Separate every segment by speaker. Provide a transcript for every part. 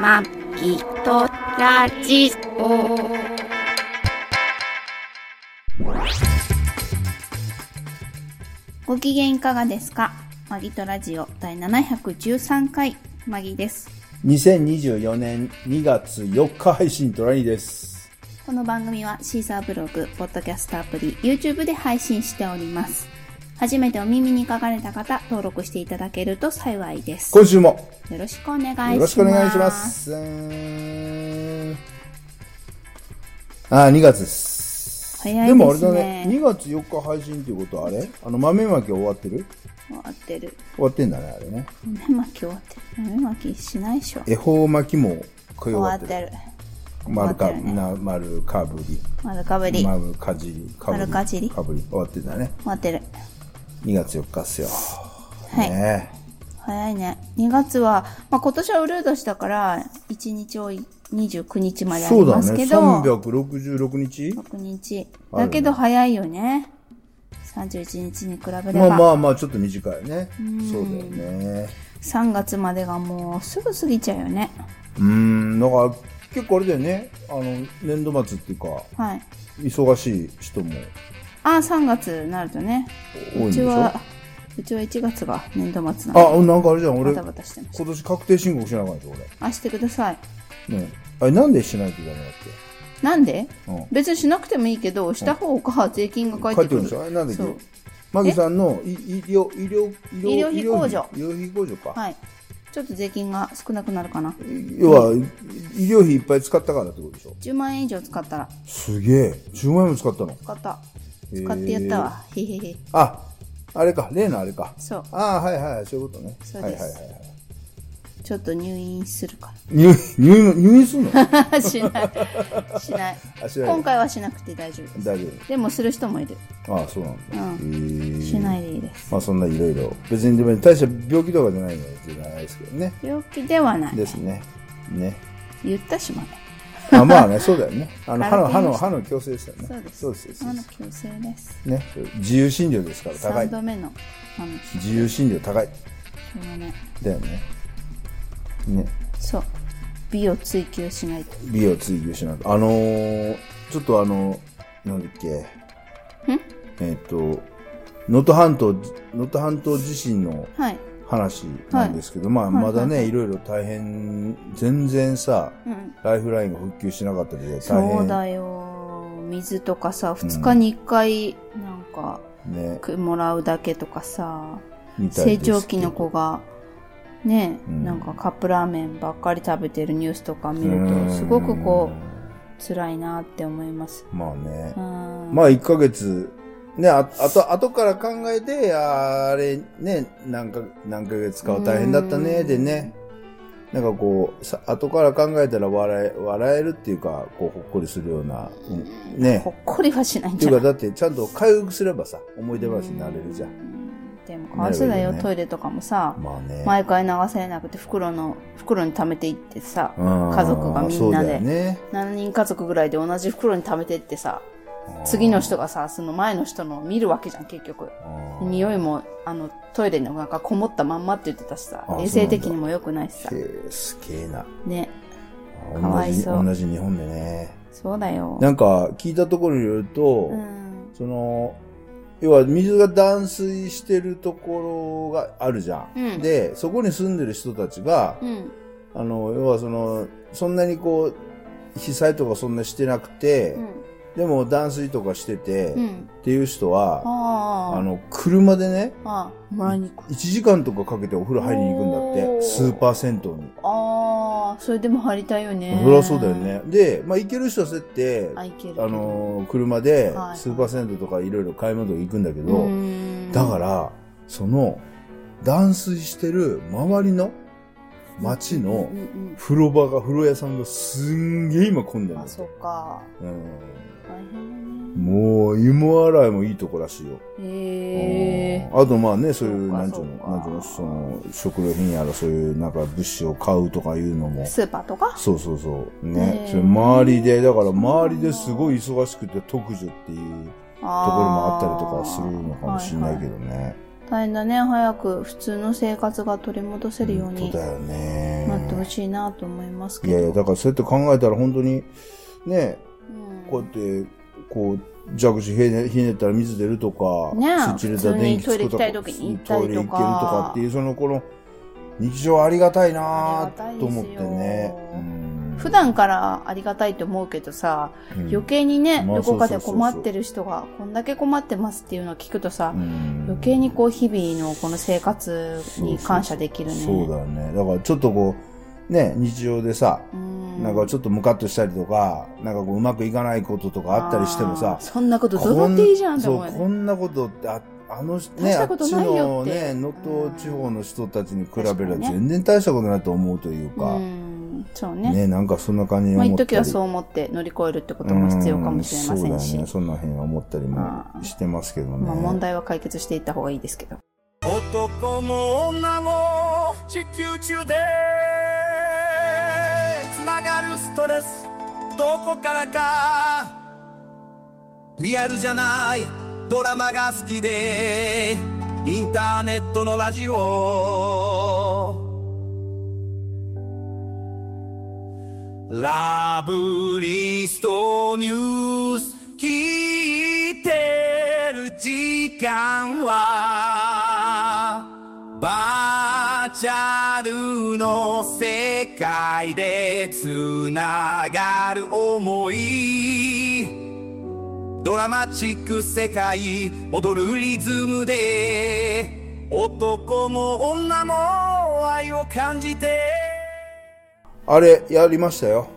Speaker 1: まきとラジオ。ご機嫌いかがですかマギとラジオ第713回、マギです。
Speaker 2: 2024年2月4日配信トラニーです。
Speaker 1: この番組はシーサーブログ、ポッドキャストアプリ、YouTube で配信しております。初めてお耳に書かれた方、登録していただけると幸いです。
Speaker 2: 今週も
Speaker 1: よろしくお願いします。
Speaker 2: よろしくお願いしま。す。うーんあー、2月です。
Speaker 1: 早いですね
Speaker 2: でもあれだね、2月4日配信っていうことはあれあの豆まき終わってる
Speaker 1: 終わってる。
Speaker 2: 終わってんだね、あれね。
Speaker 1: 豆まき終わってる。豆まきしないでしょ。
Speaker 2: 恵方巻きもこれ
Speaker 1: 終
Speaker 2: 終
Speaker 1: わ
Speaker 2: わ
Speaker 1: っ
Speaker 2: ってる。
Speaker 1: てる。
Speaker 2: 丸か、
Speaker 1: 終わってるね
Speaker 2: な丸かぶり。
Speaker 1: 丸かぶり。終
Speaker 2: 丸かじり。かぶり。
Speaker 1: 丸かじり
Speaker 2: かぶり。終わってんだね。
Speaker 1: わってる。
Speaker 2: 2月4日っすよ。
Speaker 1: はい。
Speaker 2: ね
Speaker 1: 早いね。2月は、まあ、今年はうるう年だから、1日多い29日まであり
Speaker 2: そうだ
Speaker 1: ます
Speaker 2: ね、
Speaker 1: けど、
Speaker 2: 366日
Speaker 1: 6日。だけど早いよね。31日に比べれ
Speaker 2: ま
Speaker 1: ば、
Speaker 2: あまあまあ、ちょっと短いね。そうだよね。
Speaker 1: 3月までがもうすぐ過ぎちゃうよね。
Speaker 2: うーん、だから結構あれだよね。あの、年度末っていうか、
Speaker 1: はい。
Speaker 2: 忙しい人も
Speaker 1: ああ、3月になるとね。
Speaker 2: 多いん
Speaker 1: う
Speaker 2: でし
Speaker 1: ち
Speaker 2: ょ
Speaker 1: は、うちは1月が年度末なの。
Speaker 2: あ、なんかあれじゃん、俺、
Speaker 1: バタバ
Speaker 2: 今
Speaker 1: タしてます。
Speaker 2: 年確定申告しなあかったでしょ、
Speaker 1: あ、してください。
Speaker 2: 俺。ね。あれ、なんでしないといけないんだ
Speaker 1: なんで、
Speaker 2: うん
Speaker 1: 別にしなくてもいいけど、した方が税金が
Speaker 2: っ
Speaker 1: 返
Speaker 2: け帰
Speaker 1: っ
Speaker 2: って
Speaker 1: く
Speaker 2: てる
Speaker 1: る。
Speaker 2: でしょあれ、なんだっ
Speaker 1: そ
Speaker 2: け
Speaker 1: う
Speaker 2: マギさんのい医療、医療、医
Speaker 1: 医療費控除
Speaker 2: 医療費控除か。
Speaker 1: はい。ちょっと税金が少なくなるかな。
Speaker 2: 要は、医療費いっぱい使ったからってことでしょ
Speaker 1: 10万円以上使ったら。
Speaker 2: すげえ。10万円も使ったの。
Speaker 1: 使った。
Speaker 2: へー
Speaker 1: 使ってやったわ。へへへ。
Speaker 2: あ、あれか、例のあれか。
Speaker 1: そう。
Speaker 2: ああ、はいはい、そういうことね。
Speaker 1: そう
Speaker 2: はい
Speaker 1: で
Speaker 2: はい
Speaker 1: す
Speaker 2: はいはい。
Speaker 1: ちょっと入院するか
Speaker 2: 入入院入院する の大
Speaker 1: ら。しない。しない。
Speaker 2: あしない
Speaker 1: 今回はしなくて大丈夫です。
Speaker 2: 丈
Speaker 1: でもする人もいる。
Speaker 2: 夫ああそうなんだ、へえ
Speaker 1: しないでいいです。
Speaker 2: まあそんないろいろ別にでも大した病気とかじゃないので全然ないですけどね
Speaker 1: 病気ではない。
Speaker 2: ですねね
Speaker 1: 言ったしまね。
Speaker 2: あまあねそうだ よねあの歯
Speaker 1: 体
Speaker 2: の歯
Speaker 1: 験
Speaker 2: の
Speaker 1: し
Speaker 2: 歯の矯正ですよね
Speaker 1: そうです。
Speaker 2: そうですそう
Speaker 1: あ
Speaker 2: で
Speaker 1: の
Speaker 2: す
Speaker 1: 強制です。
Speaker 2: ね自由診療ですから高
Speaker 1: 3
Speaker 2: い
Speaker 1: 度目の話。し
Speaker 2: 自由診療高い
Speaker 1: ょうがない。
Speaker 2: だよねね
Speaker 1: そう。美を追求しないと。
Speaker 2: 美を追求しないとあのー、ちょっとあのなんだっけえっ、と能登半島能登半島地震の
Speaker 1: はい。
Speaker 2: 話なんですけど、まあ、まだね、いろいろ大変、全然さ、
Speaker 1: うん。
Speaker 2: ライフラインが復旧しなかったけど、
Speaker 1: そ
Speaker 2: 大
Speaker 1: う
Speaker 2: 変。
Speaker 1: だよ。水とかさ、2日に1回、なんか、
Speaker 2: ね、
Speaker 1: くもらうだけとかさ、
Speaker 2: みた
Speaker 1: 成
Speaker 2: いですけど
Speaker 1: 長期の子が、ね、
Speaker 2: うん
Speaker 1: なんかカップラーメンばっかり食べてるニュースとか見る
Speaker 2: う
Speaker 1: と、
Speaker 2: ん
Speaker 1: すごくこう、辛いなって思います。
Speaker 2: まあね
Speaker 1: う。ん。
Speaker 2: まあ、1ヶ月、ね、ああと、後から考えて、あーあれ、ね、何か、何ヶ月かは大変だったね、
Speaker 1: うん
Speaker 2: でね。なんかこう、さ後から考えたら笑え、笑えるっていうか、こう、ほっこりするような、うんね。
Speaker 1: ほっこりはしないん
Speaker 2: っ
Speaker 1: じ
Speaker 2: てい
Speaker 1: ゃ
Speaker 2: う
Speaker 1: な
Speaker 2: か、
Speaker 1: い
Speaker 2: だって、ちゃんと回復すればさ、思い出話になれるじゃん。
Speaker 1: でも、かわいそうだ
Speaker 2: なる
Speaker 1: よ、
Speaker 2: ほどね
Speaker 1: トイレとかもさ、
Speaker 2: まあね。
Speaker 1: 毎回流されなくて、袋の、袋に溜めていってさ、家
Speaker 2: 家
Speaker 1: 族がみんなで
Speaker 2: ね、
Speaker 1: 7人家族ぐらいで同じ袋に溜めてってさ、次の人がさ、その前の人のを見るわけじゃん、結局。
Speaker 2: うん
Speaker 1: 匂いも、あの、トイレの中こもったまんまって言ってたしさ
Speaker 2: あ、そうなんだ
Speaker 1: 衛生的にも良くないしさ
Speaker 2: へ。えすげえな
Speaker 1: ね。
Speaker 2: 同じ
Speaker 1: かわいそう
Speaker 2: 同じ日本でね
Speaker 1: そうだよ。
Speaker 2: なんか聞いたところによると、
Speaker 1: うん。
Speaker 2: その要は水が断水してるところがあるじゃん、
Speaker 1: うん
Speaker 2: でそこに住んでる人たちが、
Speaker 1: うん。
Speaker 2: あの要はそのそんなにこう被災とかそんなしてなくて、
Speaker 1: うん。
Speaker 2: でも断水とかしてて、
Speaker 1: う
Speaker 2: っ
Speaker 1: ん。
Speaker 2: ていう人は、
Speaker 1: あ
Speaker 2: あ
Speaker 1: ー
Speaker 2: の車でね
Speaker 1: あ。もらいに行く。
Speaker 2: 1時間とかかけてお風呂入りに行くんだっ
Speaker 1: おー
Speaker 2: てスーパー銭湯に
Speaker 1: ああ、それでも入りたいよね。
Speaker 2: そりゃそうだよ。ね。で、まあ、行ける人はそうやって、
Speaker 1: あ、
Speaker 2: あ
Speaker 1: いける。
Speaker 2: のー車で
Speaker 1: はい
Speaker 2: スーパー銭湯とかいろいろ買い物とか行くんだけ
Speaker 1: け
Speaker 2: ど、
Speaker 1: どうん
Speaker 2: だか、ら、その、断水してる周りの街の
Speaker 1: うんうん
Speaker 2: 風呂場が、風呂屋さんがすんげえ今混んで
Speaker 1: うん。
Speaker 2: る
Speaker 1: あ、そうか。
Speaker 2: うん。
Speaker 1: 大変だね。
Speaker 2: もう、芋洗いもいいとこらしいよ。
Speaker 1: へえ。
Speaker 2: うんあとまあね、そうい
Speaker 1: そう
Speaker 2: う、
Speaker 1: か
Speaker 2: なんちゅうの
Speaker 1: そう、か
Speaker 2: なんちゅうの、その、食料品やらそういうなんか物資を買うとかいうのも、
Speaker 1: スーパーとか
Speaker 2: そうそうそう。ね
Speaker 1: へ。ー
Speaker 2: それ周りで、だから周
Speaker 1: そうな
Speaker 2: り
Speaker 1: んだ
Speaker 2: ですごい忙しくて特需っていう
Speaker 1: とこと
Speaker 2: ころもあったりとかするのかもしれないけどね。
Speaker 1: 大変だね。早く普通の生活が取り戻せるよう
Speaker 2: 本
Speaker 1: に
Speaker 2: 当だよね。
Speaker 1: なってほしいなと思いますけ
Speaker 2: い
Speaker 1: ど。
Speaker 2: やいや、だからそうやって考えたら本当に、ね、
Speaker 1: うん
Speaker 2: こうやって、こう、弱視ひねひねったら水出るとか、
Speaker 1: ねえ
Speaker 2: スチルだ電気つくとか、
Speaker 1: 普通にトイレ行きたい時に行ったりとか
Speaker 2: トイレ行けるとかっていう、その頃、日常ありがたい
Speaker 1: あ
Speaker 2: な
Speaker 1: りがたいです
Speaker 2: と
Speaker 1: よ
Speaker 2: 思ってね。うん
Speaker 1: 普段からありがたいと思うけどさ、
Speaker 2: うん
Speaker 1: 余計にね、
Speaker 2: まあ
Speaker 1: どこかで
Speaker 2: そうそうそうそう
Speaker 1: 困ってる人がこんだけ困ってますっていうのを聞くとさ
Speaker 2: う、ん
Speaker 1: 余計にこう日々のこの生活に感謝できるね。
Speaker 2: そうだよね。だからちょっとこう、ね、日常でさ、
Speaker 1: うん
Speaker 2: なんかちょっとムカッとしたりとか、なんかこううまくいかないこととかあったりしてもさ
Speaker 1: あー、そんなことどう
Speaker 2: こ
Speaker 1: だ
Speaker 2: ん
Speaker 1: っていいじゃんって思うよ
Speaker 2: そう
Speaker 1: ね。
Speaker 2: こんなことってああの
Speaker 1: 大
Speaker 2: ね
Speaker 1: し
Speaker 2: あ
Speaker 1: た
Speaker 2: っ
Speaker 1: こと
Speaker 2: ち
Speaker 1: ないよって
Speaker 2: のね能
Speaker 1: う
Speaker 2: 登
Speaker 1: ん
Speaker 2: 地方の人たちに比べれ
Speaker 1: 確か
Speaker 2: ば
Speaker 1: にね
Speaker 2: 全然大したことないと思うというか
Speaker 1: う、ん、そう
Speaker 2: ね
Speaker 1: ね。
Speaker 2: なんかそんな感じに
Speaker 1: まあ、一
Speaker 2: 思った
Speaker 1: 時
Speaker 2: り、
Speaker 1: はそう思って乗り越えるってことも必要かもしれませんし、
Speaker 2: うそうだよねそんな辺は思ったりもしてますけどね、
Speaker 1: まあ、問題は解決していった方がいいですけど。
Speaker 3: 男も女も地球中でつながるストレスどこからかリアルじゃないドラマが好きでインターネットのラジオラブリストニュース聞いてる時間はバーチャルの世界でつながる想いドラマチック世界踊るリズムで男も女も愛を感じて
Speaker 2: あれやりましたよ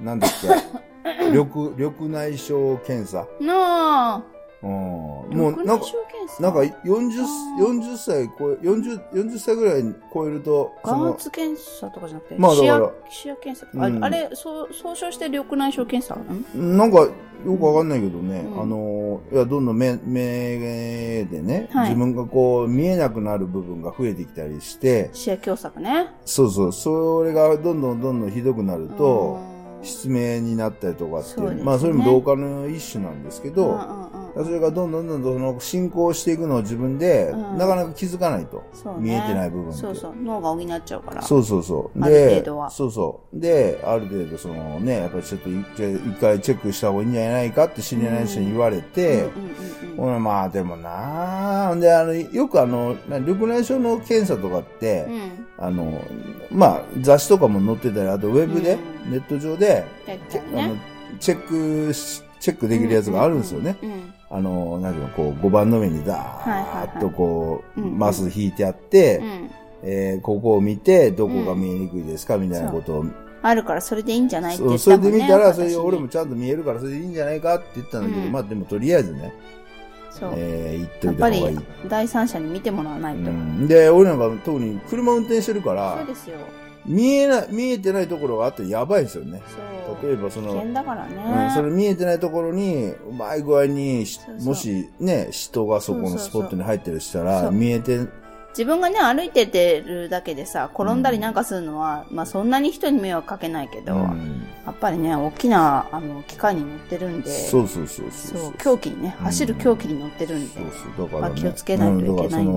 Speaker 2: なんだっけ 緑緑内障検査、
Speaker 1: なあ
Speaker 2: うん、もう
Speaker 1: 緑
Speaker 2: なん
Speaker 1: 内
Speaker 2: か
Speaker 1: 障検査
Speaker 2: なんか 40, 40歳超え 40, 40歳ぐらい超えるとそ
Speaker 1: 眼
Speaker 2: の
Speaker 1: 圧検査とかじゃなくて、
Speaker 2: まあだから
Speaker 1: 視野視野検査とか、あ
Speaker 2: うん
Speaker 1: あれそう総称して緑内障検査ん
Speaker 2: なんか、よくわかんないけどね、
Speaker 1: うん
Speaker 2: あの、いや、どんどん目、目でね、
Speaker 1: はい
Speaker 2: 自分がこう、見えなくなる部分が増えてきたりして、
Speaker 1: 視野狭窄ね。
Speaker 2: そうそう、それがどんどんどんどんひどくなると、
Speaker 1: うん
Speaker 2: 失明になったりとかって
Speaker 1: そ
Speaker 2: いうう、
Speaker 1: ですね
Speaker 2: まあ、それも老化の一種なんですけど、
Speaker 1: うんうんうん
Speaker 2: それがどんどんどんどんその進行していくのを自分で、
Speaker 1: うん
Speaker 2: なかなか気づかないと。
Speaker 1: そうね
Speaker 2: 見えてない部分って
Speaker 1: そうそう、脳が補っちゃうから。
Speaker 2: そうそうそう。
Speaker 1: あ
Speaker 2: で
Speaker 1: る程度は
Speaker 2: そうそう。で、ある程度、そのね、やっぱりちょっと一回一回チェックした方がいいんじゃないかって知り合いの人に言われて、
Speaker 1: うんうんうん
Speaker 2: ほらまあでもなあほんで、あの、よくあの、な緑内障の検査とかって、
Speaker 1: うん。うん。
Speaker 2: あの、まあ雑誌とかも載ってたり、あとウェブで、
Speaker 1: うん
Speaker 2: ネット上で、
Speaker 1: だった
Speaker 2: け
Speaker 1: よ
Speaker 2: あの
Speaker 1: ね。
Speaker 2: チェックし、チェックできるやつがあるんですよね。
Speaker 1: うんうんうん
Speaker 2: あの、なんていうの、こう、5番の目にダーッとこう、
Speaker 1: はいはいはいうん
Speaker 2: マス引いてあって、
Speaker 1: うんうん
Speaker 2: えーここを見て、どこが見えにくいですか、みたいなことを。
Speaker 1: あるからそれでいいんじゃないって
Speaker 2: そ
Speaker 1: 言
Speaker 2: う
Speaker 1: っ
Speaker 2: そ
Speaker 1: た
Speaker 2: れ
Speaker 1: もんね
Speaker 2: で見たら、
Speaker 1: 私
Speaker 2: それ
Speaker 1: ね
Speaker 2: 俺もちゃんと見えるから、それでいいんじゃないかって言ったんだけど、
Speaker 1: うん
Speaker 2: まあでもとりあえずね、
Speaker 1: そう
Speaker 2: えー、言っと
Speaker 1: や
Speaker 2: い
Speaker 1: ったぱ
Speaker 2: 方がい
Speaker 1: り
Speaker 2: い。
Speaker 1: 第三者に見てもらわないと、
Speaker 2: うん、で、俺なんか特に車運転してるか
Speaker 1: そう
Speaker 2: ら、
Speaker 1: ですよ
Speaker 2: 見えない、見えてないところがあってやばいですよね。
Speaker 1: そう
Speaker 2: 例えばその
Speaker 1: 危、険だからね、
Speaker 2: うん、それ見えてないところに、うまい具合にし
Speaker 1: そうそう
Speaker 2: もしね、人がそこのスポットに入ってるとしたら、
Speaker 1: そうそう
Speaker 2: 見えて、
Speaker 1: 自分がね歩いててるだけでさ転んだりなんかするのは、まあそんなに人に迷惑かけないけど、
Speaker 2: うん
Speaker 1: やっぱりね大きなあの機械に乗ってるんで
Speaker 2: そうそうそうそう
Speaker 1: そう狂気にね走る狂気に乗ってるんで、
Speaker 2: そうそうだ
Speaker 1: ま
Speaker 2: から、ね、
Speaker 1: あ気をつけないといけないんで
Speaker 2: うだからその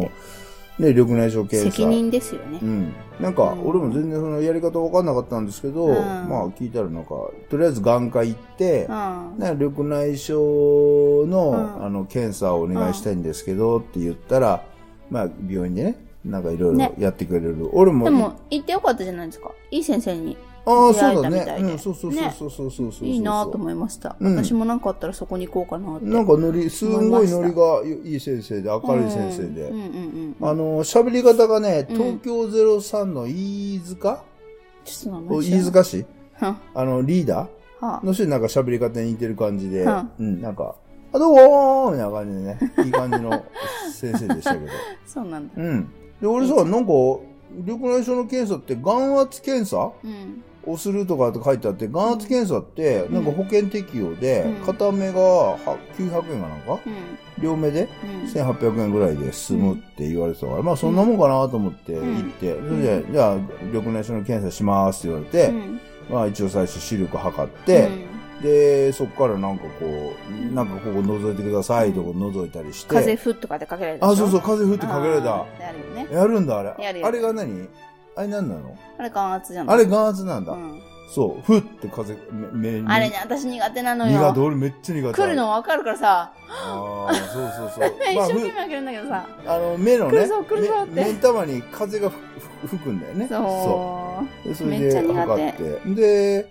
Speaker 2: ね、緑内障検査。
Speaker 1: 責任ですよね、
Speaker 2: うん。なんか、
Speaker 1: うん
Speaker 2: 俺も全然そのやり方わかんなかったんですけど、
Speaker 1: うん
Speaker 2: まあ聞いたらなんか、とりあえず眼科行って
Speaker 1: う、ん
Speaker 2: ね緑内障の,、
Speaker 1: うん
Speaker 2: あの検査をお願いしたいんですけど、って言ったら、まあ病院でね、なんかいろい
Speaker 1: ね
Speaker 2: ろやってくれる。俺も、
Speaker 1: でも行ってよかったじゃないですかいい先生に
Speaker 2: ああ、
Speaker 1: 出会え
Speaker 2: そう
Speaker 1: た
Speaker 2: だ
Speaker 1: みた
Speaker 2: ね。
Speaker 1: いで
Speaker 2: うん、そうそうそうそうそうそうそう。
Speaker 1: いいなと思いました、
Speaker 2: うん
Speaker 1: 私もなんかあったらそこに行こうかなって
Speaker 2: なんかノリ、すんごいノリがいい先生で、明るい先生で。
Speaker 1: うんうんうんうん
Speaker 2: あの、喋り方がね、
Speaker 1: うん
Speaker 2: 東京03の飯塚、
Speaker 1: ちょっと名前知らな
Speaker 2: 飯
Speaker 1: い
Speaker 2: 塚市
Speaker 1: は
Speaker 2: あの、リーダ
Speaker 1: あ
Speaker 2: ーの人になんか喋り方に似てる感じで、
Speaker 1: は
Speaker 2: うん、なんか、あ、どうもーみたいな感じでね、いい感じの先生でしたけど。
Speaker 1: そうなんだ。
Speaker 2: うん。で、俺さ、なんか、緑内障の検査って眼圧検査
Speaker 1: うん。
Speaker 2: をするとかって書いてあって、眼圧検査って、
Speaker 1: ん
Speaker 2: なんか保険適用で、
Speaker 1: うん
Speaker 2: 片目がは900円かなんか
Speaker 1: うん。
Speaker 2: 両目で
Speaker 1: うん。
Speaker 2: 1800円ぐらいで済むって言われてたから、まあそんなもんかなと思って行って、
Speaker 1: ん
Speaker 2: それで、じゃあ、緑内障の検査しますって言われて、
Speaker 1: うん
Speaker 2: まあ一応最初視力測って、
Speaker 1: うん
Speaker 2: で、そこからなんかこう、なんかここ覗いてくださいとこ覗いたりして。
Speaker 1: 風ふとかでかけられた
Speaker 2: あ、
Speaker 1: でしょ
Speaker 2: そうそう、
Speaker 1: う
Speaker 2: 風吹ってかけられた。
Speaker 1: やるよね
Speaker 2: やるんだ、あれ。
Speaker 1: やるよ
Speaker 2: あれが何あれ何なの
Speaker 1: あれ眼圧じゃん
Speaker 2: あれ眼圧なんだ。
Speaker 1: うん
Speaker 2: そう、ふって風、め、め、
Speaker 1: あれね私苦手なの
Speaker 2: 苦手、
Speaker 1: よ
Speaker 2: 俺めっちゃ苦手。
Speaker 1: 来るの分かるからさ
Speaker 2: ああ、そうそうそう。
Speaker 1: 一生懸命
Speaker 2: ふ
Speaker 1: 開けるんだけどさ
Speaker 2: あの、目のね、
Speaker 1: 来るぞ来るぞって
Speaker 2: 目目ん玉に風がふふ吹くんだよね。
Speaker 1: そう
Speaker 2: う。でそれ
Speaker 1: めっちゃ
Speaker 2: で、
Speaker 1: 苦手
Speaker 2: 測って。で、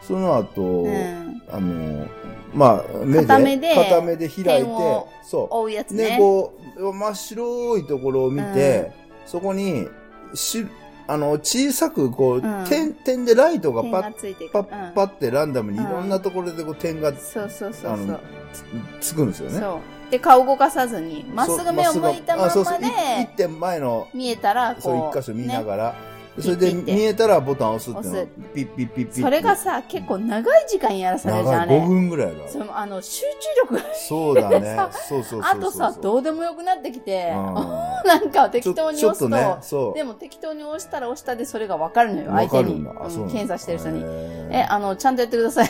Speaker 2: その後、
Speaker 1: うん、
Speaker 2: あの、まあ、目で、
Speaker 1: 片目で
Speaker 2: 片目で開いて
Speaker 1: 点を、
Speaker 2: そ
Speaker 1: 追うやつ
Speaker 2: う。
Speaker 1: ね
Speaker 2: で、こう、真っ白いところを見て、そこに、し、あの、小さく、こう、
Speaker 1: ん
Speaker 2: 点、点でライトが
Speaker 1: 点
Speaker 2: パッ
Speaker 1: が、ついていく
Speaker 2: パッ、パッってランダムにいろんなところでこう点が
Speaker 1: うん、そうそうそ
Speaker 2: あ
Speaker 1: うそ
Speaker 2: の
Speaker 1: う
Speaker 2: つくんですよね。
Speaker 1: そうで顔動かさずにまっすぐ目を
Speaker 2: そうま
Speaker 1: 向
Speaker 2: っす
Speaker 1: い
Speaker 2: ぐ
Speaker 1: たま
Speaker 2: あそ
Speaker 1: ん
Speaker 2: うそ
Speaker 1: ま
Speaker 2: う
Speaker 1: で
Speaker 2: い一点前の、
Speaker 1: 見えたらこう
Speaker 2: そう、一箇所見な
Speaker 1: ね
Speaker 2: がら、
Speaker 1: ね
Speaker 2: それで
Speaker 1: ピッて
Speaker 2: 見えたらボタンを押すっていう
Speaker 1: 押
Speaker 2: のピッピッピッピッ。
Speaker 1: それが、さ結構長い時間やらされるじゃん
Speaker 2: 長
Speaker 1: あ
Speaker 2: い、
Speaker 1: れ
Speaker 2: 5分ぐらいだ。
Speaker 1: そのあの集中力が
Speaker 2: そうだ ね。そうそうそうそう。
Speaker 1: あとさどうでもよくなってきて
Speaker 2: うん
Speaker 1: なんか適当に
Speaker 2: ちょ
Speaker 1: 押
Speaker 2: っ
Speaker 1: すと
Speaker 2: とね、そう。
Speaker 1: でも適当に押したら押したでそれが分かるのよ
Speaker 2: わ
Speaker 1: 相
Speaker 2: か
Speaker 1: 手
Speaker 2: る
Speaker 1: に、うんん
Speaker 2: だあそうなんだ
Speaker 1: 検査してる人に。え
Speaker 2: へ
Speaker 1: あのちゃんとやってください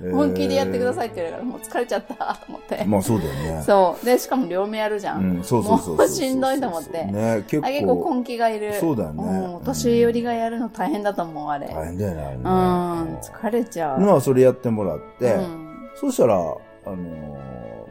Speaker 2: ー
Speaker 1: 本気でやってくださいって言われたからもう疲れちゃったと思って、
Speaker 2: まあそうだよね。
Speaker 1: そうでしかも両目やるじゃん、
Speaker 2: うん、そうそうそうそう。
Speaker 1: もう しんどいと思って
Speaker 2: ね、結
Speaker 1: あ
Speaker 2: 構。
Speaker 1: れ結構根気がいる
Speaker 2: そうだよね
Speaker 1: んお年寄りがやるの大変だと思うあれ
Speaker 2: 大変だよねあれね。
Speaker 1: うん疲れちゃう、
Speaker 2: まあそれやってもらって、
Speaker 1: うん
Speaker 2: そしたら、あのー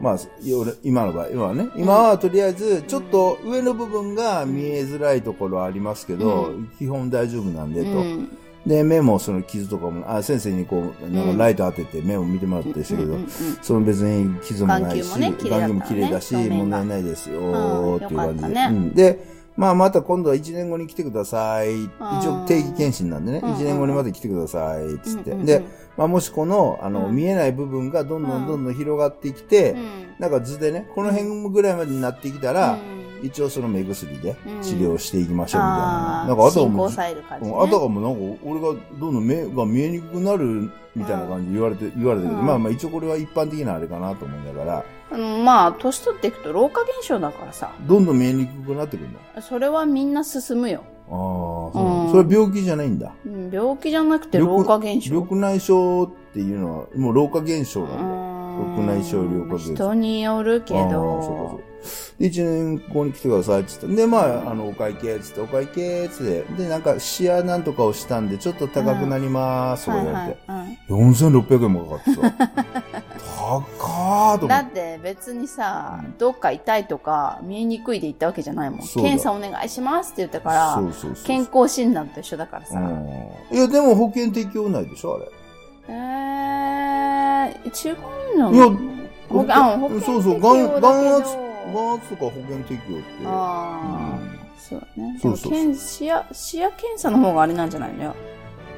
Speaker 2: まあ、よ今の場合、今はね、今はとりあえず、ちょっと上の部分が見えづらいところはありますけど、
Speaker 1: う
Speaker 2: 基本大丈夫なんでと。
Speaker 1: うん
Speaker 2: で、目もその傷とかも、あ、先生にこう、あの
Speaker 1: うん
Speaker 2: ライト当てて目を見てもらってしたけど、
Speaker 1: うんうんうん
Speaker 2: その別に傷もな
Speaker 1: 眼
Speaker 2: いし、
Speaker 1: 球もね
Speaker 2: 眼球も綺麗だし、
Speaker 1: 綺麗だったね
Speaker 2: 問題ないですよ、っ
Speaker 1: う
Speaker 2: ていう感じで、
Speaker 1: んよかったね
Speaker 2: うんで、まあまた今度は1年後に来てください。一応定期検診なんでね、
Speaker 1: うんうん
Speaker 2: 1年後にまた来てください、つって。
Speaker 1: うんうんうん
Speaker 2: で、まあもしこの、あの、
Speaker 1: うん
Speaker 2: 見えない部分がどんどんどんどん広がってきて、
Speaker 1: うん
Speaker 2: なんか図でね、この辺ぐらいまでになってきたら、一応その目薬で治療していきましょうみたいな。
Speaker 1: あ
Speaker 2: な
Speaker 1: ー
Speaker 2: んかあとは
Speaker 1: 進
Speaker 2: も
Speaker 1: 行
Speaker 2: う
Speaker 1: 抑える感じ、ね、
Speaker 2: うんあたかもなんか俺がどんどん目が見えにくくなるみたいな感じで言われて、言われて
Speaker 1: うん
Speaker 2: まあまあ一応これは一般的なあれかなと思いながら、
Speaker 1: うんまあ年取っていくと老化現象だからさ
Speaker 2: どんどん見えにくくなってくるの。
Speaker 1: それはみんな進むよ、
Speaker 2: ああ、そうなんだ、
Speaker 1: うん
Speaker 2: それは病気じゃないんだ。
Speaker 1: うん、病気じゃなくて老化現象
Speaker 2: 緑内障っていうのは、もう老化現象なんだ。
Speaker 1: うん
Speaker 2: 緑内障緑化現象
Speaker 1: 人によるけ
Speaker 2: あー
Speaker 1: ど
Speaker 2: そうかそう。で、一年後に来てくださいって言って。で、まあ、あの、お会計っつって、お会計っつって。で、なんか、視野なんとかをしたんで、ちょっと高くなります、とか
Speaker 1: はい
Speaker 2: 言われて。
Speaker 1: はい
Speaker 2: 4600円もかかってさ。高ーと
Speaker 1: うん、
Speaker 2: 思
Speaker 1: だ
Speaker 2: って
Speaker 1: っ。て別にさ、どっか痛いとか見えにくいで行ったわけじゃないもん
Speaker 2: そうだ
Speaker 1: 検査お願いしますって言ったから
Speaker 2: そうそうそう
Speaker 1: 健康診断と一緒だからさ、
Speaker 2: うんいや、でも保険適用ないでしょ、あれ。
Speaker 1: えー、違うの
Speaker 2: いや
Speaker 1: 保険あ保険
Speaker 2: そうそう、
Speaker 1: 適用だけど
Speaker 2: 眼眼圧、眼圧とか保険適用って。
Speaker 1: ああ、そうだね。
Speaker 2: そうそうそう
Speaker 1: でも検視や、視野検査の方があれなんじゃないのよ。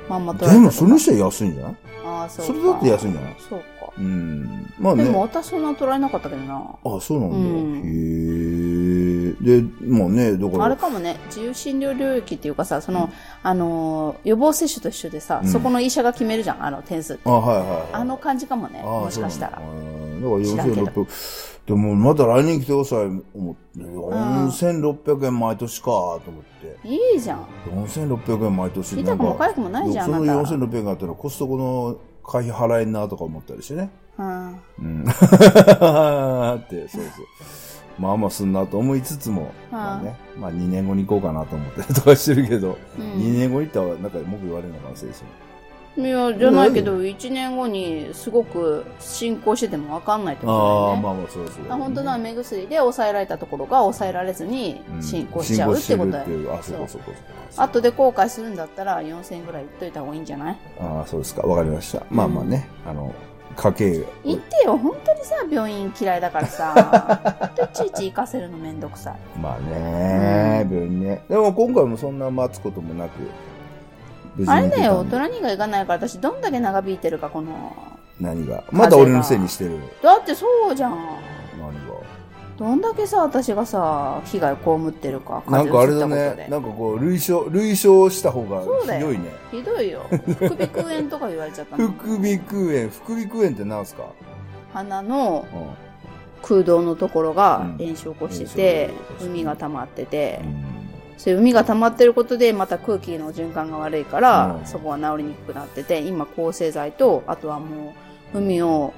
Speaker 1: まんまとられ
Speaker 2: で
Speaker 1: た
Speaker 2: も、それに
Speaker 1: と
Speaker 2: しては安いんじゃない
Speaker 1: かああ、そう
Speaker 2: それだって安いんじゃ
Speaker 1: ゃ
Speaker 2: ない
Speaker 1: そうか。
Speaker 2: うん。まあ
Speaker 1: でも
Speaker 2: ね。
Speaker 1: 私そんな捉えなかったけどな。
Speaker 2: あ、そうなんだ。
Speaker 1: うん
Speaker 2: へえ。で、もうね、だ
Speaker 1: あ
Speaker 2: か
Speaker 1: れ
Speaker 2: ら、
Speaker 1: かもね、自由診療領域っていうかさ、その、あのー、予防接種と一緒でさ、
Speaker 2: うん
Speaker 1: そこの医者が決めるじゃん、あの点数。
Speaker 2: あ、はいはいはい。
Speaker 1: あの感じかもね、
Speaker 2: ああ
Speaker 1: もしかしたら。
Speaker 2: そうなんだああだから
Speaker 1: 知らんけ
Speaker 2: 4600。でも、また来年来てください、思って。4600円毎年か、と思って。
Speaker 1: いいじゃん。
Speaker 2: 4600円毎年。
Speaker 1: 痛くも
Speaker 2: なん
Speaker 1: 痒くもないじゃん、
Speaker 2: そ
Speaker 1: あ
Speaker 2: の
Speaker 1: なた。
Speaker 2: 4600円があったらコストコの会費払えんなとか思ったりしてね。
Speaker 1: うん。
Speaker 2: うん。って、そうそう。まあまあすんなと思いつつも、まあね、まあ2年後に行こうかなと思ったりとかしてるけど、
Speaker 1: う
Speaker 2: 二
Speaker 1: ん
Speaker 2: 2年後に行ったらなんか文句言われるのかな、先生に。
Speaker 1: いや、じゃないけど、1年後にすごく進行しててもわかんないってことだよ
Speaker 2: あ
Speaker 1: ね
Speaker 2: あ、。まあまあそうそう、
Speaker 1: あ本当だ目薬で抑えられたところが抑えられずに
Speaker 2: うん
Speaker 1: 進行しちゃうってことだよ、
Speaker 2: 進行してるっていうあ、そ
Speaker 1: そう
Speaker 2: うかそうかそうか。
Speaker 1: 後で後悔するんだったら4000円ぐらい言っといた方がいいんじゃない
Speaker 2: ああ、そうですか。わかりました。まあまあね、あの、家計が。
Speaker 1: 行ってよ本当にさ病院嫌いだから さほんといちいち行かせるのめんどくさい
Speaker 2: まあね、
Speaker 1: うん
Speaker 2: 病院ね。でも今回もそんな待つこともなく、無
Speaker 1: あれだよ
Speaker 2: 行けたんで
Speaker 1: 大人にが行かないから私どんだけ長引いてるかこの
Speaker 2: 何が。まだ俺のせいにしてる。
Speaker 1: だってそうじゃん
Speaker 2: 何が。
Speaker 1: どんだけさ私がさ被害被ってるか
Speaker 2: なん
Speaker 1: 風
Speaker 2: かあれ
Speaker 1: 邪
Speaker 2: だ
Speaker 1: をひいたこと
Speaker 2: ね
Speaker 1: で、
Speaker 2: なんかこう、類焼、類焼した方が
Speaker 1: そうだ
Speaker 2: ひ
Speaker 1: よ
Speaker 2: どいね。
Speaker 1: ひどいよ副鼻腔炎とか言われちゃった
Speaker 2: 副
Speaker 1: の
Speaker 2: 鼻腔炎、副鼻腔炎って何すか
Speaker 1: 鼻の
Speaker 2: うん。
Speaker 1: 空洞のところが
Speaker 2: うん
Speaker 1: 炎症を起こしてて
Speaker 2: 炎症を起こ、す
Speaker 1: 海が溜まってて、
Speaker 2: うん
Speaker 1: そういう海が溜まってることでまた空気の循環が悪いから、
Speaker 2: うん
Speaker 1: そこが治りにくくなってて今抗生剤とあとはもう海を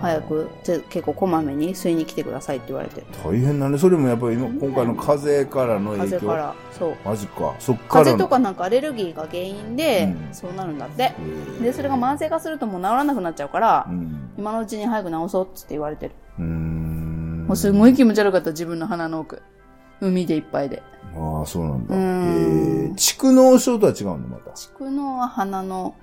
Speaker 2: あー
Speaker 1: 早くて結構こまめに吸いに来てくださいって言われて
Speaker 2: 大変だねそれもやっぱり今今回の風からの影響
Speaker 1: 風邪からそう
Speaker 2: マジかそっから
Speaker 1: 風
Speaker 2: の
Speaker 1: 邪とかなんかアレルギーが原因で、
Speaker 2: うん
Speaker 1: そうなるんだって
Speaker 2: えー
Speaker 1: でそれが慢性化するともう治らなくなっちゃうから、
Speaker 2: うん
Speaker 1: 今のうちに早く治そうっつって言われてる、
Speaker 2: うーん
Speaker 1: もうすごい気持ち悪かった自分の鼻の奥海でいっぱいで
Speaker 2: ああそうなんだ
Speaker 1: うーん
Speaker 2: えー蓄能症とは違うのまた
Speaker 1: 蓄膿は鼻の